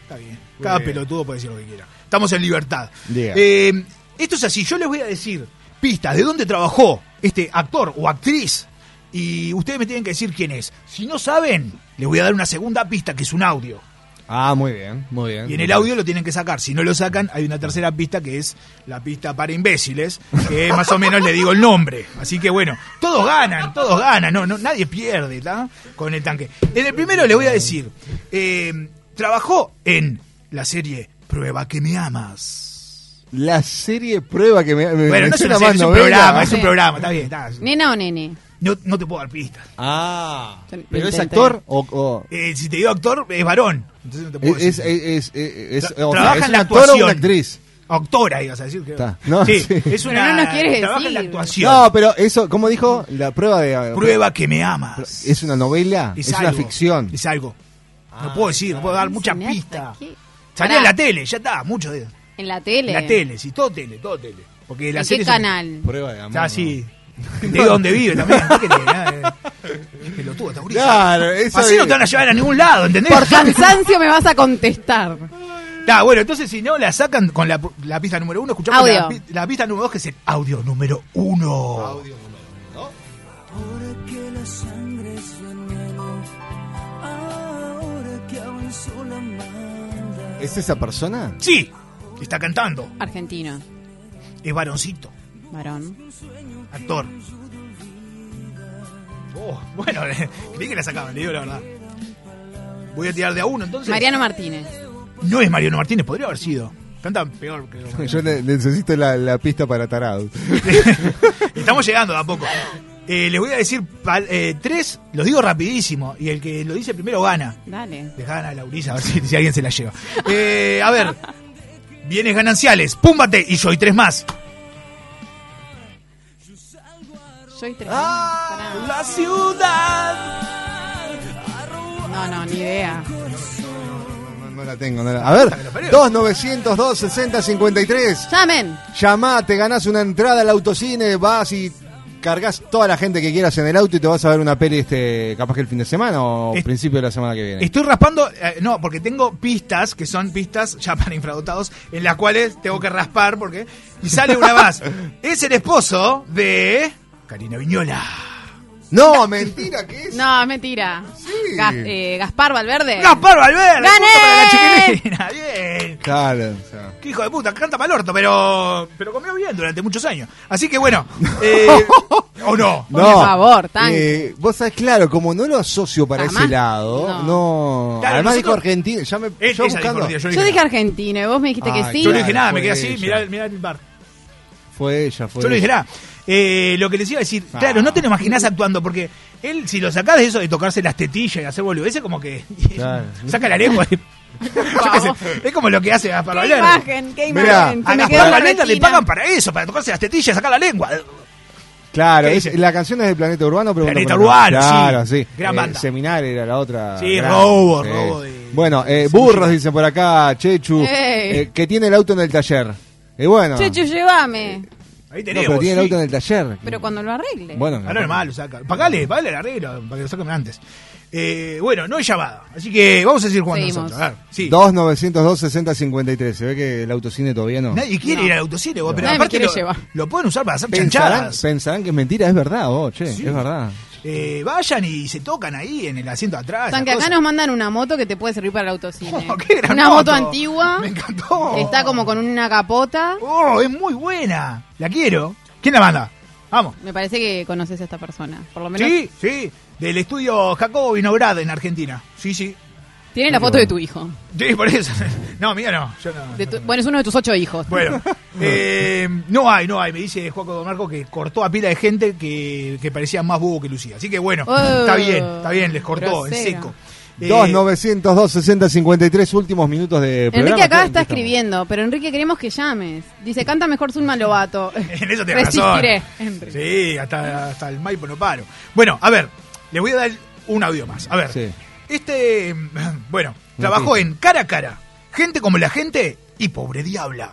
[SPEAKER 5] está bien. Cada
[SPEAKER 3] bien.
[SPEAKER 5] pelotudo puede decir lo que quiera. Estamos en libertad.
[SPEAKER 3] Diga.
[SPEAKER 5] Eh, esto es así. Yo les voy a decir pistas de dónde trabajó este actor o actriz. Y ustedes me tienen que decir quién es. Si no saben, les voy a dar una segunda pista, que es un audio.
[SPEAKER 3] Ah, muy bien, muy bien.
[SPEAKER 5] Y en el audio lo tienen que sacar. Si no lo sacan, hay una tercera pista que es la pista para imbéciles, que más o menos le digo el nombre. Así que bueno, todos ganan, todos ganan, no, no, nadie pierde, ¿tá? Con el tanque. En el primero le voy a decir, eh, trabajó en la serie Prueba que me amas.
[SPEAKER 3] La serie prueba que me. me-
[SPEAKER 5] Bueno,
[SPEAKER 3] me
[SPEAKER 5] no es
[SPEAKER 3] suena
[SPEAKER 5] una serie,
[SPEAKER 3] más
[SPEAKER 5] es un
[SPEAKER 3] novela.
[SPEAKER 5] programa, es
[SPEAKER 7] Sí.
[SPEAKER 5] un programa, está bien, está.
[SPEAKER 7] ¿Nena o nene?
[SPEAKER 5] No, no te puedo dar pistas.
[SPEAKER 3] Ah,
[SPEAKER 7] Yo lo
[SPEAKER 3] pero es
[SPEAKER 7] intenté.
[SPEAKER 3] actor o. o-
[SPEAKER 5] Eh, si te digo actor, es varón. Entonces no te puedo
[SPEAKER 3] es, es,
[SPEAKER 5] decir.
[SPEAKER 3] es, es- es-
[SPEAKER 5] Tra-
[SPEAKER 3] o sea,
[SPEAKER 5] trabaja
[SPEAKER 3] ¿es
[SPEAKER 5] en la
[SPEAKER 3] un actor o
[SPEAKER 5] actuación.
[SPEAKER 3] una actriz.
[SPEAKER 5] Actora, ibas a decir. creo.
[SPEAKER 3] Está. No,
[SPEAKER 5] sí,
[SPEAKER 3] sí.
[SPEAKER 5] es una.
[SPEAKER 7] Pero no nos quieres
[SPEAKER 5] trabaja en la
[SPEAKER 7] decir.
[SPEAKER 5] actuación.
[SPEAKER 3] No, pero eso, ¿cómo dijo? La prueba de.
[SPEAKER 5] Prueba que me amas.
[SPEAKER 3] Es una novela, es, una
[SPEAKER 5] algo,
[SPEAKER 3] ficción.
[SPEAKER 5] Es algo. No puedo decir, no puedo
[SPEAKER 3] Ah,
[SPEAKER 5] dar mucha
[SPEAKER 7] Nata,
[SPEAKER 5] pista.
[SPEAKER 7] ¿qué?
[SPEAKER 5] Salía en
[SPEAKER 7] Pará.
[SPEAKER 5] la tele, ya está, mucho de
[SPEAKER 7] ¿En la tele?
[SPEAKER 5] La tele, sí, todo tele, todo tele. Porque la
[SPEAKER 7] ¿En
[SPEAKER 5] serie
[SPEAKER 7] qué canal?
[SPEAKER 3] Prueba de amor.
[SPEAKER 5] Está así. De dónde vive también. ¿qué querés? Ah, eh, Pelotudo, está gurisa.
[SPEAKER 3] Claro, eso
[SPEAKER 5] Así
[SPEAKER 3] es-
[SPEAKER 5] no te van a llevar a ningún lado, ¿entendés?
[SPEAKER 7] Por cansancio me vas a contestar.
[SPEAKER 5] Nah, bueno, entonces si no, la sacan con la, la pista número uno. Escuchamos la,
[SPEAKER 7] Audio.
[SPEAKER 5] la pista número dos, que es el audio número uno.
[SPEAKER 2] Ahora que la sangre es veneno, ahora que avanzó la manda.
[SPEAKER 3] ¿Es esa persona?
[SPEAKER 5] Sí, está cantando.
[SPEAKER 7] Argentino.
[SPEAKER 5] Es varoncito,
[SPEAKER 7] Varón.
[SPEAKER 5] actor. Oh, bueno, creí que la sacaban, le digo la verdad. Voy a tirar de a uno entonces.
[SPEAKER 7] Mariano Martínez.
[SPEAKER 5] No es Mariano Martínez, podría haber sido. Canta peor que
[SPEAKER 3] Yo ne- necesito la, la pista para tarado.
[SPEAKER 5] Estamos llegando de a poco. Eh, les voy a decir pal- eh, tres, los digo rapidísimo, y el que lo dice primero gana.
[SPEAKER 7] Dale.
[SPEAKER 5] Dejá ganar a Laurisa, a ver si, si alguien se la lleva. Eh, a ver, bienes gananciales, púmbate y yo y tres más.
[SPEAKER 7] Soy tres.
[SPEAKER 5] La ciudad.
[SPEAKER 7] Pará. No, no, ni idea.
[SPEAKER 3] No, no la tengo. no la- A ver, 2902 6053.
[SPEAKER 7] Llamen.
[SPEAKER 3] Llamá, te ganás una entrada al autocine, vas y cargas toda la gente que quieras en el auto y te vas a ver una peli este capaz que el fin de semana o
[SPEAKER 5] Es-
[SPEAKER 3] principio de la semana que viene.
[SPEAKER 5] Estoy raspando, eh, no, porque tengo pistas, que son pistas ya para infradotados, en las cuales tengo que raspar porque... Y sale una más. es el esposo de... Karina Viñola.
[SPEAKER 3] No, mentira que es.
[SPEAKER 7] No, es mentira. Gas- eh, Gaspar Valverde.
[SPEAKER 5] Gaspar Valverde.
[SPEAKER 7] ¡Gané!
[SPEAKER 5] punto para la chiquilina, bien.
[SPEAKER 3] Claro, o sea.
[SPEAKER 5] Qué hijo de puta, canta mal orto, pero, pero comió bien durante muchos años. Así que bueno, eh, o no.
[SPEAKER 3] No,
[SPEAKER 7] Por favor, tanque.
[SPEAKER 3] eh, vos sabés, claro, como no lo asocio para
[SPEAKER 7] Jamás.
[SPEAKER 3] ese lado,
[SPEAKER 7] No.
[SPEAKER 3] no.
[SPEAKER 5] Claro,
[SPEAKER 3] Además
[SPEAKER 5] nosotros-
[SPEAKER 3] dijo Argentina, ya me
[SPEAKER 5] Él-
[SPEAKER 3] yo
[SPEAKER 5] Eh, esa
[SPEAKER 3] buscando.
[SPEAKER 5] dijo,
[SPEAKER 7] Yo dije argentino y vos me dijiste que
[SPEAKER 3] Ay,
[SPEAKER 7] sí.
[SPEAKER 5] Ah, Yo no dije nada,
[SPEAKER 3] Claro,
[SPEAKER 5] me quedé
[SPEAKER 3] fue
[SPEAKER 5] así,
[SPEAKER 3] ella.
[SPEAKER 5] mirá, mirá el bar.
[SPEAKER 3] Fue ella, fue
[SPEAKER 5] Yo
[SPEAKER 3] ella.
[SPEAKER 5] no dije nada. Eh, lo que les iba a decir,
[SPEAKER 3] Ah.
[SPEAKER 5] claro, no te lo imaginás actuando, porque él, si lo sacás de eso de tocarse las tetillas y hacer boludeces, como que
[SPEAKER 3] Claro.
[SPEAKER 5] saca la lengua. y- Yo qué sé, es como lo que hace Gaspar
[SPEAKER 7] Qué
[SPEAKER 5] Valverde.
[SPEAKER 7] imagen, qué
[SPEAKER 3] Mirá,
[SPEAKER 7] imagen. Se
[SPEAKER 5] A
[SPEAKER 7] me
[SPEAKER 5] las
[SPEAKER 7] quedó la
[SPEAKER 5] palmetas le
[SPEAKER 7] retina.
[SPEAKER 5] pagan para eso, para tocarse las tetillas y sacar la lengua.
[SPEAKER 3] Claro,
[SPEAKER 5] ¿Qué
[SPEAKER 3] es-
[SPEAKER 5] dice?
[SPEAKER 3] la canción es de Planeta Urbano, pero
[SPEAKER 5] Planeta Urbano, sí.
[SPEAKER 3] claro, sí.
[SPEAKER 5] Gran
[SPEAKER 3] Eh,
[SPEAKER 5] banda.
[SPEAKER 3] Seminar era la otra.
[SPEAKER 5] Sí,
[SPEAKER 3] gran,
[SPEAKER 5] robo, robo de-
[SPEAKER 3] Bueno, eh, burros dicen por acá, Chechu,
[SPEAKER 7] Ey.
[SPEAKER 3] eh, que tiene el auto en el taller. Y bueno,
[SPEAKER 7] Chechu, llévame.
[SPEAKER 5] Ahí
[SPEAKER 3] no,
[SPEAKER 5] tenemos.
[SPEAKER 3] pero tiene el
[SPEAKER 5] sí. Ah,
[SPEAKER 3] auto en el taller.
[SPEAKER 7] Pero cuando lo arregle.
[SPEAKER 3] bueno,
[SPEAKER 5] Ahora nomás lo saca. Pagale, pagale el arreglo, para que lo saquen antes. Eh, bueno, no hay llamada. Así que vamos a seguir jugando
[SPEAKER 7] Seguimos.
[SPEAKER 5] nosotros. A ver, sí.
[SPEAKER 3] 2902 6053. Se ve que el autocine todavía no.
[SPEAKER 5] Nadie quiere
[SPEAKER 7] No.
[SPEAKER 5] ir al autocine, vos, pero
[SPEAKER 7] Nadie me
[SPEAKER 5] aparte
[SPEAKER 7] quiere
[SPEAKER 5] lo,
[SPEAKER 7] llevar.
[SPEAKER 5] lo pueden usar para hacer
[SPEAKER 3] Pensarán,
[SPEAKER 19] ¿eh?
[SPEAKER 5] chanchadas.
[SPEAKER 3] pensarán que es mentira, es verdad, vos, che,
[SPEAKER 5] Sí.
[SPEAKER 3] es verdad.
[SPEAKER 5] Eh, vayan y se tocan ahí en el asiento atrás.
[SPEAKER 7] Tan que
[SPEAKER 5] esas
[SPEAKER 7] acá
[SPEAKER 5] cosas.
[SPEAKER 7] nos mandan una moto que te puede servir para el autocine.
[SPEAKER 5] Oh, qué gran
[SPEAKER 7] una moto, antigua.
[SPEAKER 5] Me encantó.
[SPEAKER 7] Está como con una capota.
[SPEAKER 5] Oh, es muy buena. La quiero. ¿Quién la manda? Vamos.
[SPEAKER 7] Me parece que conoces a esta persona, por lo menos.
[SPEAKER 5] Sí, sí, del estudio Jacobo Vinobrad en Argentina. Sí, sí.
[SPEAKER 7] Tiene la foto de tu hijo.
[SPEAKER 5] Sí, por eso. No, mira, no. Yo no,
[SPEAKER 7] De tu- bueno, es uno de tus ocho hijos.
[SPEAKER 5] Bueno, eh, no hay, no hay. Me dice Juaco Don Marco que cortó a pila de gente que, que parecía más bobo que Lucía. Así que bueno,
[SPEAKER 7] Oh,
[SPEAKER 5] está bien, está bien, les cortó en
[SPEAKER 7] grosera.
[SPEAKER 5] seco. Eh,
[SPEAKER 3] 2902 60 53 últimos minutos de programa.
[SPEAKER 7] Enrique acá
[SPEAKER 3] ¿Qué-
[SPEAKER 7] está
[SPEAKER 3] qué estamos?
[SPEAKER 7] escribiendo, pero Enrique queremos que llames. Dice, canta mejor Zulma Lobato.
[SPEAKER 5] en eso tenés razón.
[SPEAKER 7] Resistiré.
[SPEAKER 5] Sí, hasta, hasta el Maipo no paro. Bueno, a ver, le voy a dar un audio más. A ver, este, bueno, trabajó en Cara a Cara, Gente como la Gente y Pobre Diabla.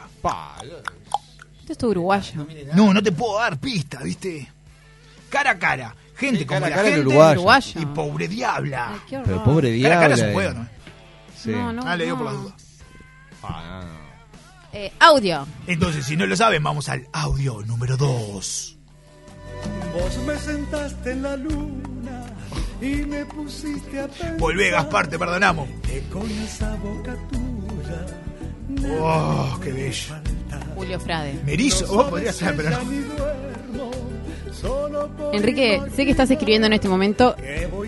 [SPEAKER 7] Esto es tu uruguayo.
[SPEAKER 5] No, no te puedo dar pista, ¿viste? Cara a cara. Gente como
[SPEAKER 3] cara a
[SPEAKER 5] la
[SPEAKER 3] cara, el
[SPEAKER 5] gente
[SPEAKER 3] uruguayo.
[SPEAKER 5] y pobre diabla.
[SPEAKER 3] Pero pobre
[SPEAKER 5] Cara a
[SPEAKER 3] diablo.
[SPEAKER 5] cara es un
[SPEAKER 3] eh.
[SPEAKER 5] juego, ¿no?
[SPEAKER 3] Sí.
[SPEAKER 5] No, no, Ah, le digo por las no. dudas.
[SPEAKER 3] Ah, no, no.
[SPEAKER 7] Eh, audio.
[SPEAKER 5] Entonces, si no lo saben, vamos al audio número 2.
[SPEAKER 2] Vos me sentaste en la luna y me pusiste a pensar.
[SPEAKER 5] Volvé, Gaspar, te perdonamos.
[SPEAKER 2] Que con esa boca tuya.
[SPEAKER 5] Oh, qué bello.
[SPEAKER 7] Julio Frade.
[SPEAKER 5] Merizo, vos podrías ser, pero no.
[SPEAKER 7] Enrique, sé que estás escribiendo en este momento.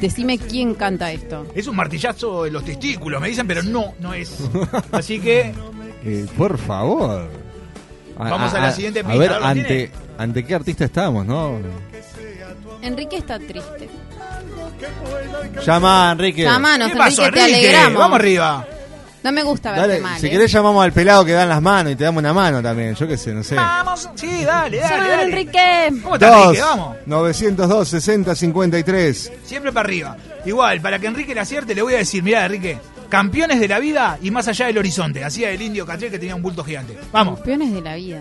[SPEAKER 7] Decime quién canta esto.
[SPEAKER 5] Es un martillazo en los testículos, me dicen, pero no, no es. Así que,
[SPEAKER 3] Eh, por favor. A-
[SPEAKER 5] Vamos a la siguiente
[SPEAKER 3] A
[SPEAKER 5] pista,
[SPEAKER 3] ver,
[SPEAKER 5] ¿lo
[SPEAKER 3] ante,
[SPEAKER 5] tiene?
[SPEAKER 3] ante qué artista estamos, ¿no?
[SPEAKER 7] Enrique está triste.
[SPEAKER 3] Llama, Enrique.
[SPEAKER 7] Llamanos,
[SPEAKER 5] ¿Qué pasó,
[SPEAKER 7] Enrique, te
[SPEAKER 5] Enrique?
[SPEAKER 7] alegramos.
[SPEAKER 5] Vamos arriba.
[SPEAKER 7] No me gusta verte
[SPEAKER 3] Dale,
[SPEAKER 7] mal.
[SPEAKER 3] si
[SPEAKER 7] ¿eh?
[SPEAKER 3] querés llamamos al pelado que dan las manos y te damos una mano también, yo qué sé, no sé.
[SPEAKER 5] Vamos, sí, dale, dale,
[SPEAKER 7] Llamalo,
[SPEAKER 5] dale.
[SPEAKER 7] Enrique.
[SPEAKER 5] ¿Cómo está
[SPEAKER 3] Dos,
[SPEAKER 5] Ah, Enrique? Vamos.
[SPEAKER 3] 902 60 53.
[SPEAKER 5] Siempre para arriba. Igual, para que Enrique la acierte, le voy a decir, mirá, Enrique, campeones de la vida y más allá del horizonte. Hacía el indio Catré que tenía un bulto gigante. Vamos.
[SPEAKER 7] Campeones de la vida.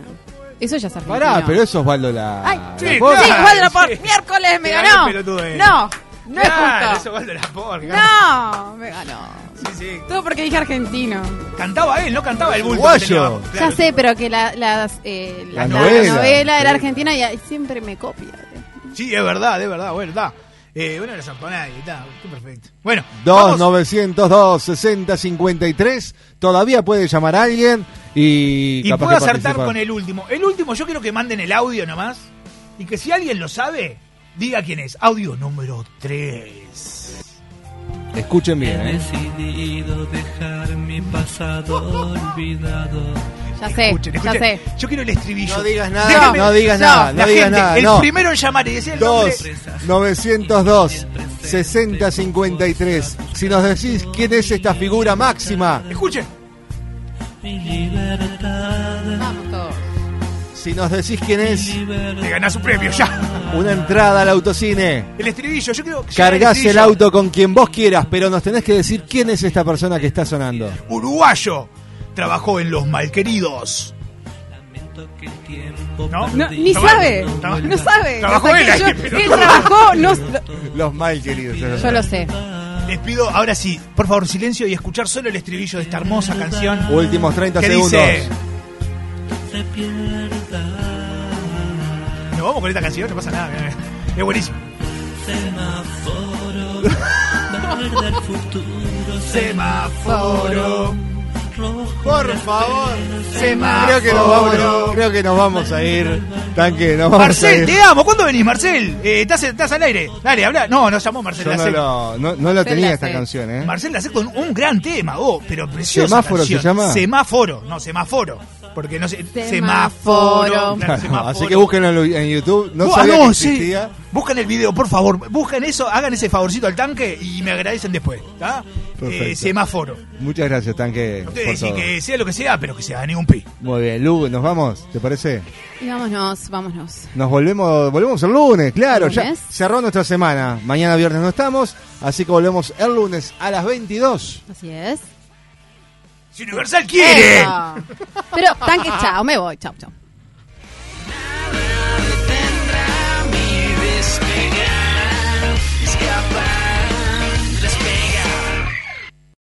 [SPEAKER 7] Eso ya es argentino.
[SPEAKER 3] Pará, pero eso es Osvaldo la.
[SPEAKER 7] Ay,
[SPEAKER 3] la
[SPEAKER 5] sí,
[SPEAKER 3] porra.
[SPEAKER 5] claro.
[SPEAKER 7] Sí, Waldo por miércoles me
[SPEAKER 5] Te ganó
[SPEAKER 7] ganó.
[SPEAKER 5] el pelotudo ese.
[SPEAKER 7] No, no
[SPEAKER 5] Claro,
[SPEAKER 7] es
[SPEAKER 5] eso
[SPEAKER 7] justo.
[SPEAKER 5] gol de la porca.
[SPEAKER 7] No, me ganó.
[SPEAKER 5] Sí, sí.
[SPEAKER 7] Todo porque dije argentino.
[SPEAKER 5] Cantaba él, no cantaba el bulto.
[SPEAKER 3] Uruguayo.
[SPEAKER 5] que tenía abajo. Claro.
[SPEAKER 7] Ya sé, pero que la, las, eh, la,
[SPEAKER 3] La
[SPEAKER 7] la
[SPEAKER 3] novela.
[SPEAKER 7] novela, era
[SPEAKER 3] Sí.
[SPEAKER 7] argentina y ahí siempre me copia. eh.
[SPEAKER 5] Sí, es verdad, es verdad, bueno, está. Eh, bueno, la zampanada y está, qué perfecto. Bueno, vamos.
[SPEAKER 3] 2902 60 53. Todavía puede llamar a alguien y.
[SPEAKER 5] y
[SPEAKER 3] capaz
[SPEAKER 5] puedo
[SPEAKER 3] que
[SPEAKER 5] acertar
[SPEAKER 3] participa.
[SPEAKER 5] con el último. El último yo quiero que manden el audio nomás y que si alguien lo sabe, diga quién es. Audio número 3.
[SPEAKER 3] Escuchen bien,
[SPEAKER 10] He
[SPEAKER 3] ¿eh?
[SPEAKER 10] decidido dejar mi pasado olvidado.
[SPEAKER 7] Ya sé,
[SPEAKER 5] Escuchen,
[SPEAKER 7] ya
[SPEAKER 5] escuchen.
[SPEAKER 7] sé.
[SPEAKER 5] Yo quiero el estribillo.
[SPEAKER 3] No digas nada,
[SPEAKER 5] Déjenme-
[SPEAKER 3] no digas nada, no
[SPEAKER 5] la
[SPEAKER 3] digas
[SPEAKER 5] gente,
[SPEAKER 3] nada,
[SPEAKER 5] El
[SPEAKER 3] no.
[SPEAKER 5] primero en llamar y decir el nombre.
[SPEAKER 3] 2 902 60 53. Si nos decís quién es esta figura máxima,
[SPEAKER 5] Escuchen.
[SPEAKER 10] Mi libertad.
[SPEAKER 7] Vamos todos.
[SPEAKER 3] si nos decís quién es,
[SPEAKER 5] Te ganás un premio ya.
[SPEAKER 3] una entrada al autocine.
[SPEAKER 5] El estribillo, yo creo que
[SPEAKER 3] Cargás el
[SPEAKER 5] estribillo.
[SPEAKER 3] auto con quien vos quieras, pero nos tenés que decir quién es esta persona que está sonando.
[SPEAKER 5] Uruguayo. Trabajó en Los Malqueridos. ¿No?
[SPEAKER 7] No, ni
[SPEAKER 5] Trabajó-
[SPEAKER 7] sabe,
[SPEAKER 5] trabajó-
[SPEAKER 7] no sabe.
[SPEAKER 5] Trabajó
[SPEAKER 7] O sea,
[SPEAKER 5] él
[SPEAKER 7] que
[SPEAKER 5] ahí,
[SPEAKER 7] yo-
[SPEAKER 5] pero-
[SPEAKER 7] que él trabajó, no, lo-
[SPEAKER 3] Los mal queridos.
[SPEAKER 7] yo lo sé.
[SPEAKER 5] Les pido ahora sí, por favor, silencio y escuchar solo el estribillo de esta hermosa canción.
[SPEAKER 3] Últimos 30
[SPEAKER 5] ¿Qué
[SPEAKER 3] segundos.
[SPEAKER 5] dice?
[SPEAKER 10] Se pierda.
[SPEAKER 5] Nos vamos con esta canción, no pasa nada. mirá, mirá. Es buenísimo.
[SPEAKER 10] Semáforo. Guarda el futuro.
[SPEAKER 5] Semáforo.
[SPEAKER 10] Rojo.
[SPEAKER 3] Por favor.
[SPEAKER 5] Semáforo.
[SPEAKER 3] Creo que nos vamos, creo que nos vamos a ir. Tanque, nos vamos a
[SPEAKER 5] Marcel,
[SPEAKER 3] ir.
[SPEAKER 5] te amo. ¿Cuándo venís, Marcel? Eh, estás, estás al aire. Dale, habla. No, no llamó Marcel.
[SPEAKER 3] Yo
[SPEAKER 5] la
[SPEAKER 3] no
[SPEAKER 5] sé.
[SPEAKER 3] lo, no, no lo
[SPEAKER 7] Se la
[SPEAKER 3] tenía esta
[SPEAKER 7] sé.
[SPEAKER 3] canción, ¿eh?
[SPEAKER 5] Marcel la hace con un gran tema, oh, pero precioso.
[SPEAKER 3] ¿Semáforo se llama?
[SPEAKER 5] Semáforo, no, semáforo. Porque no sé.
[SPEAKER 7] Semáforo.
[SPEAKER 5] Semáforo. claro, semáforo.
[SPEAKER 3] Así que búsquenlo en lu- en YouTube. No
[SPEAKER 5] Oh, ah,
[SPEAKER 3] sabía que
[SPEAKER 5] sí.
[SPEAKER 3] existía.
[SPEAKER 5] Buscan el video, por favor. Buscan eso, hagan ese favorcito al tanque y me agradecen después. ¿tá?
[SPEAKER 3] Perfecto.
[SPEAKER 5] Eh, semáforo.
[SPEAKER 3] Muchas gracias, Tanque.
[SPEAKER 5] Ustedes
[SPEAKER 3] por
[SPEAKER 5] decís
[SPEAKER 3] todo.
[SPEAKER 5] que sea lo que sea, pero que sea ni un pi.
[SPEAKER 3] Muy bien, Lu, ¿nos vamos? ¿Te parece?
[SPEAKER 7] Y vámonos, vámonos.
[SPEAKER 3] Nos volvemos, volvemos el lunes, claro. Ya
[SPEAKER 7] ¿Lunes?
[SPEAKER 3] cerró nuestra semana. Mañana viernes no estamos, así que volvemos el lunes a las 22.
[SPEAKER 7] Así es.
[SPEAKER 5] Si Universal quiere.
[SPEAKER 7] Eso. Pero, tanque, chao, me voy, chao, chao.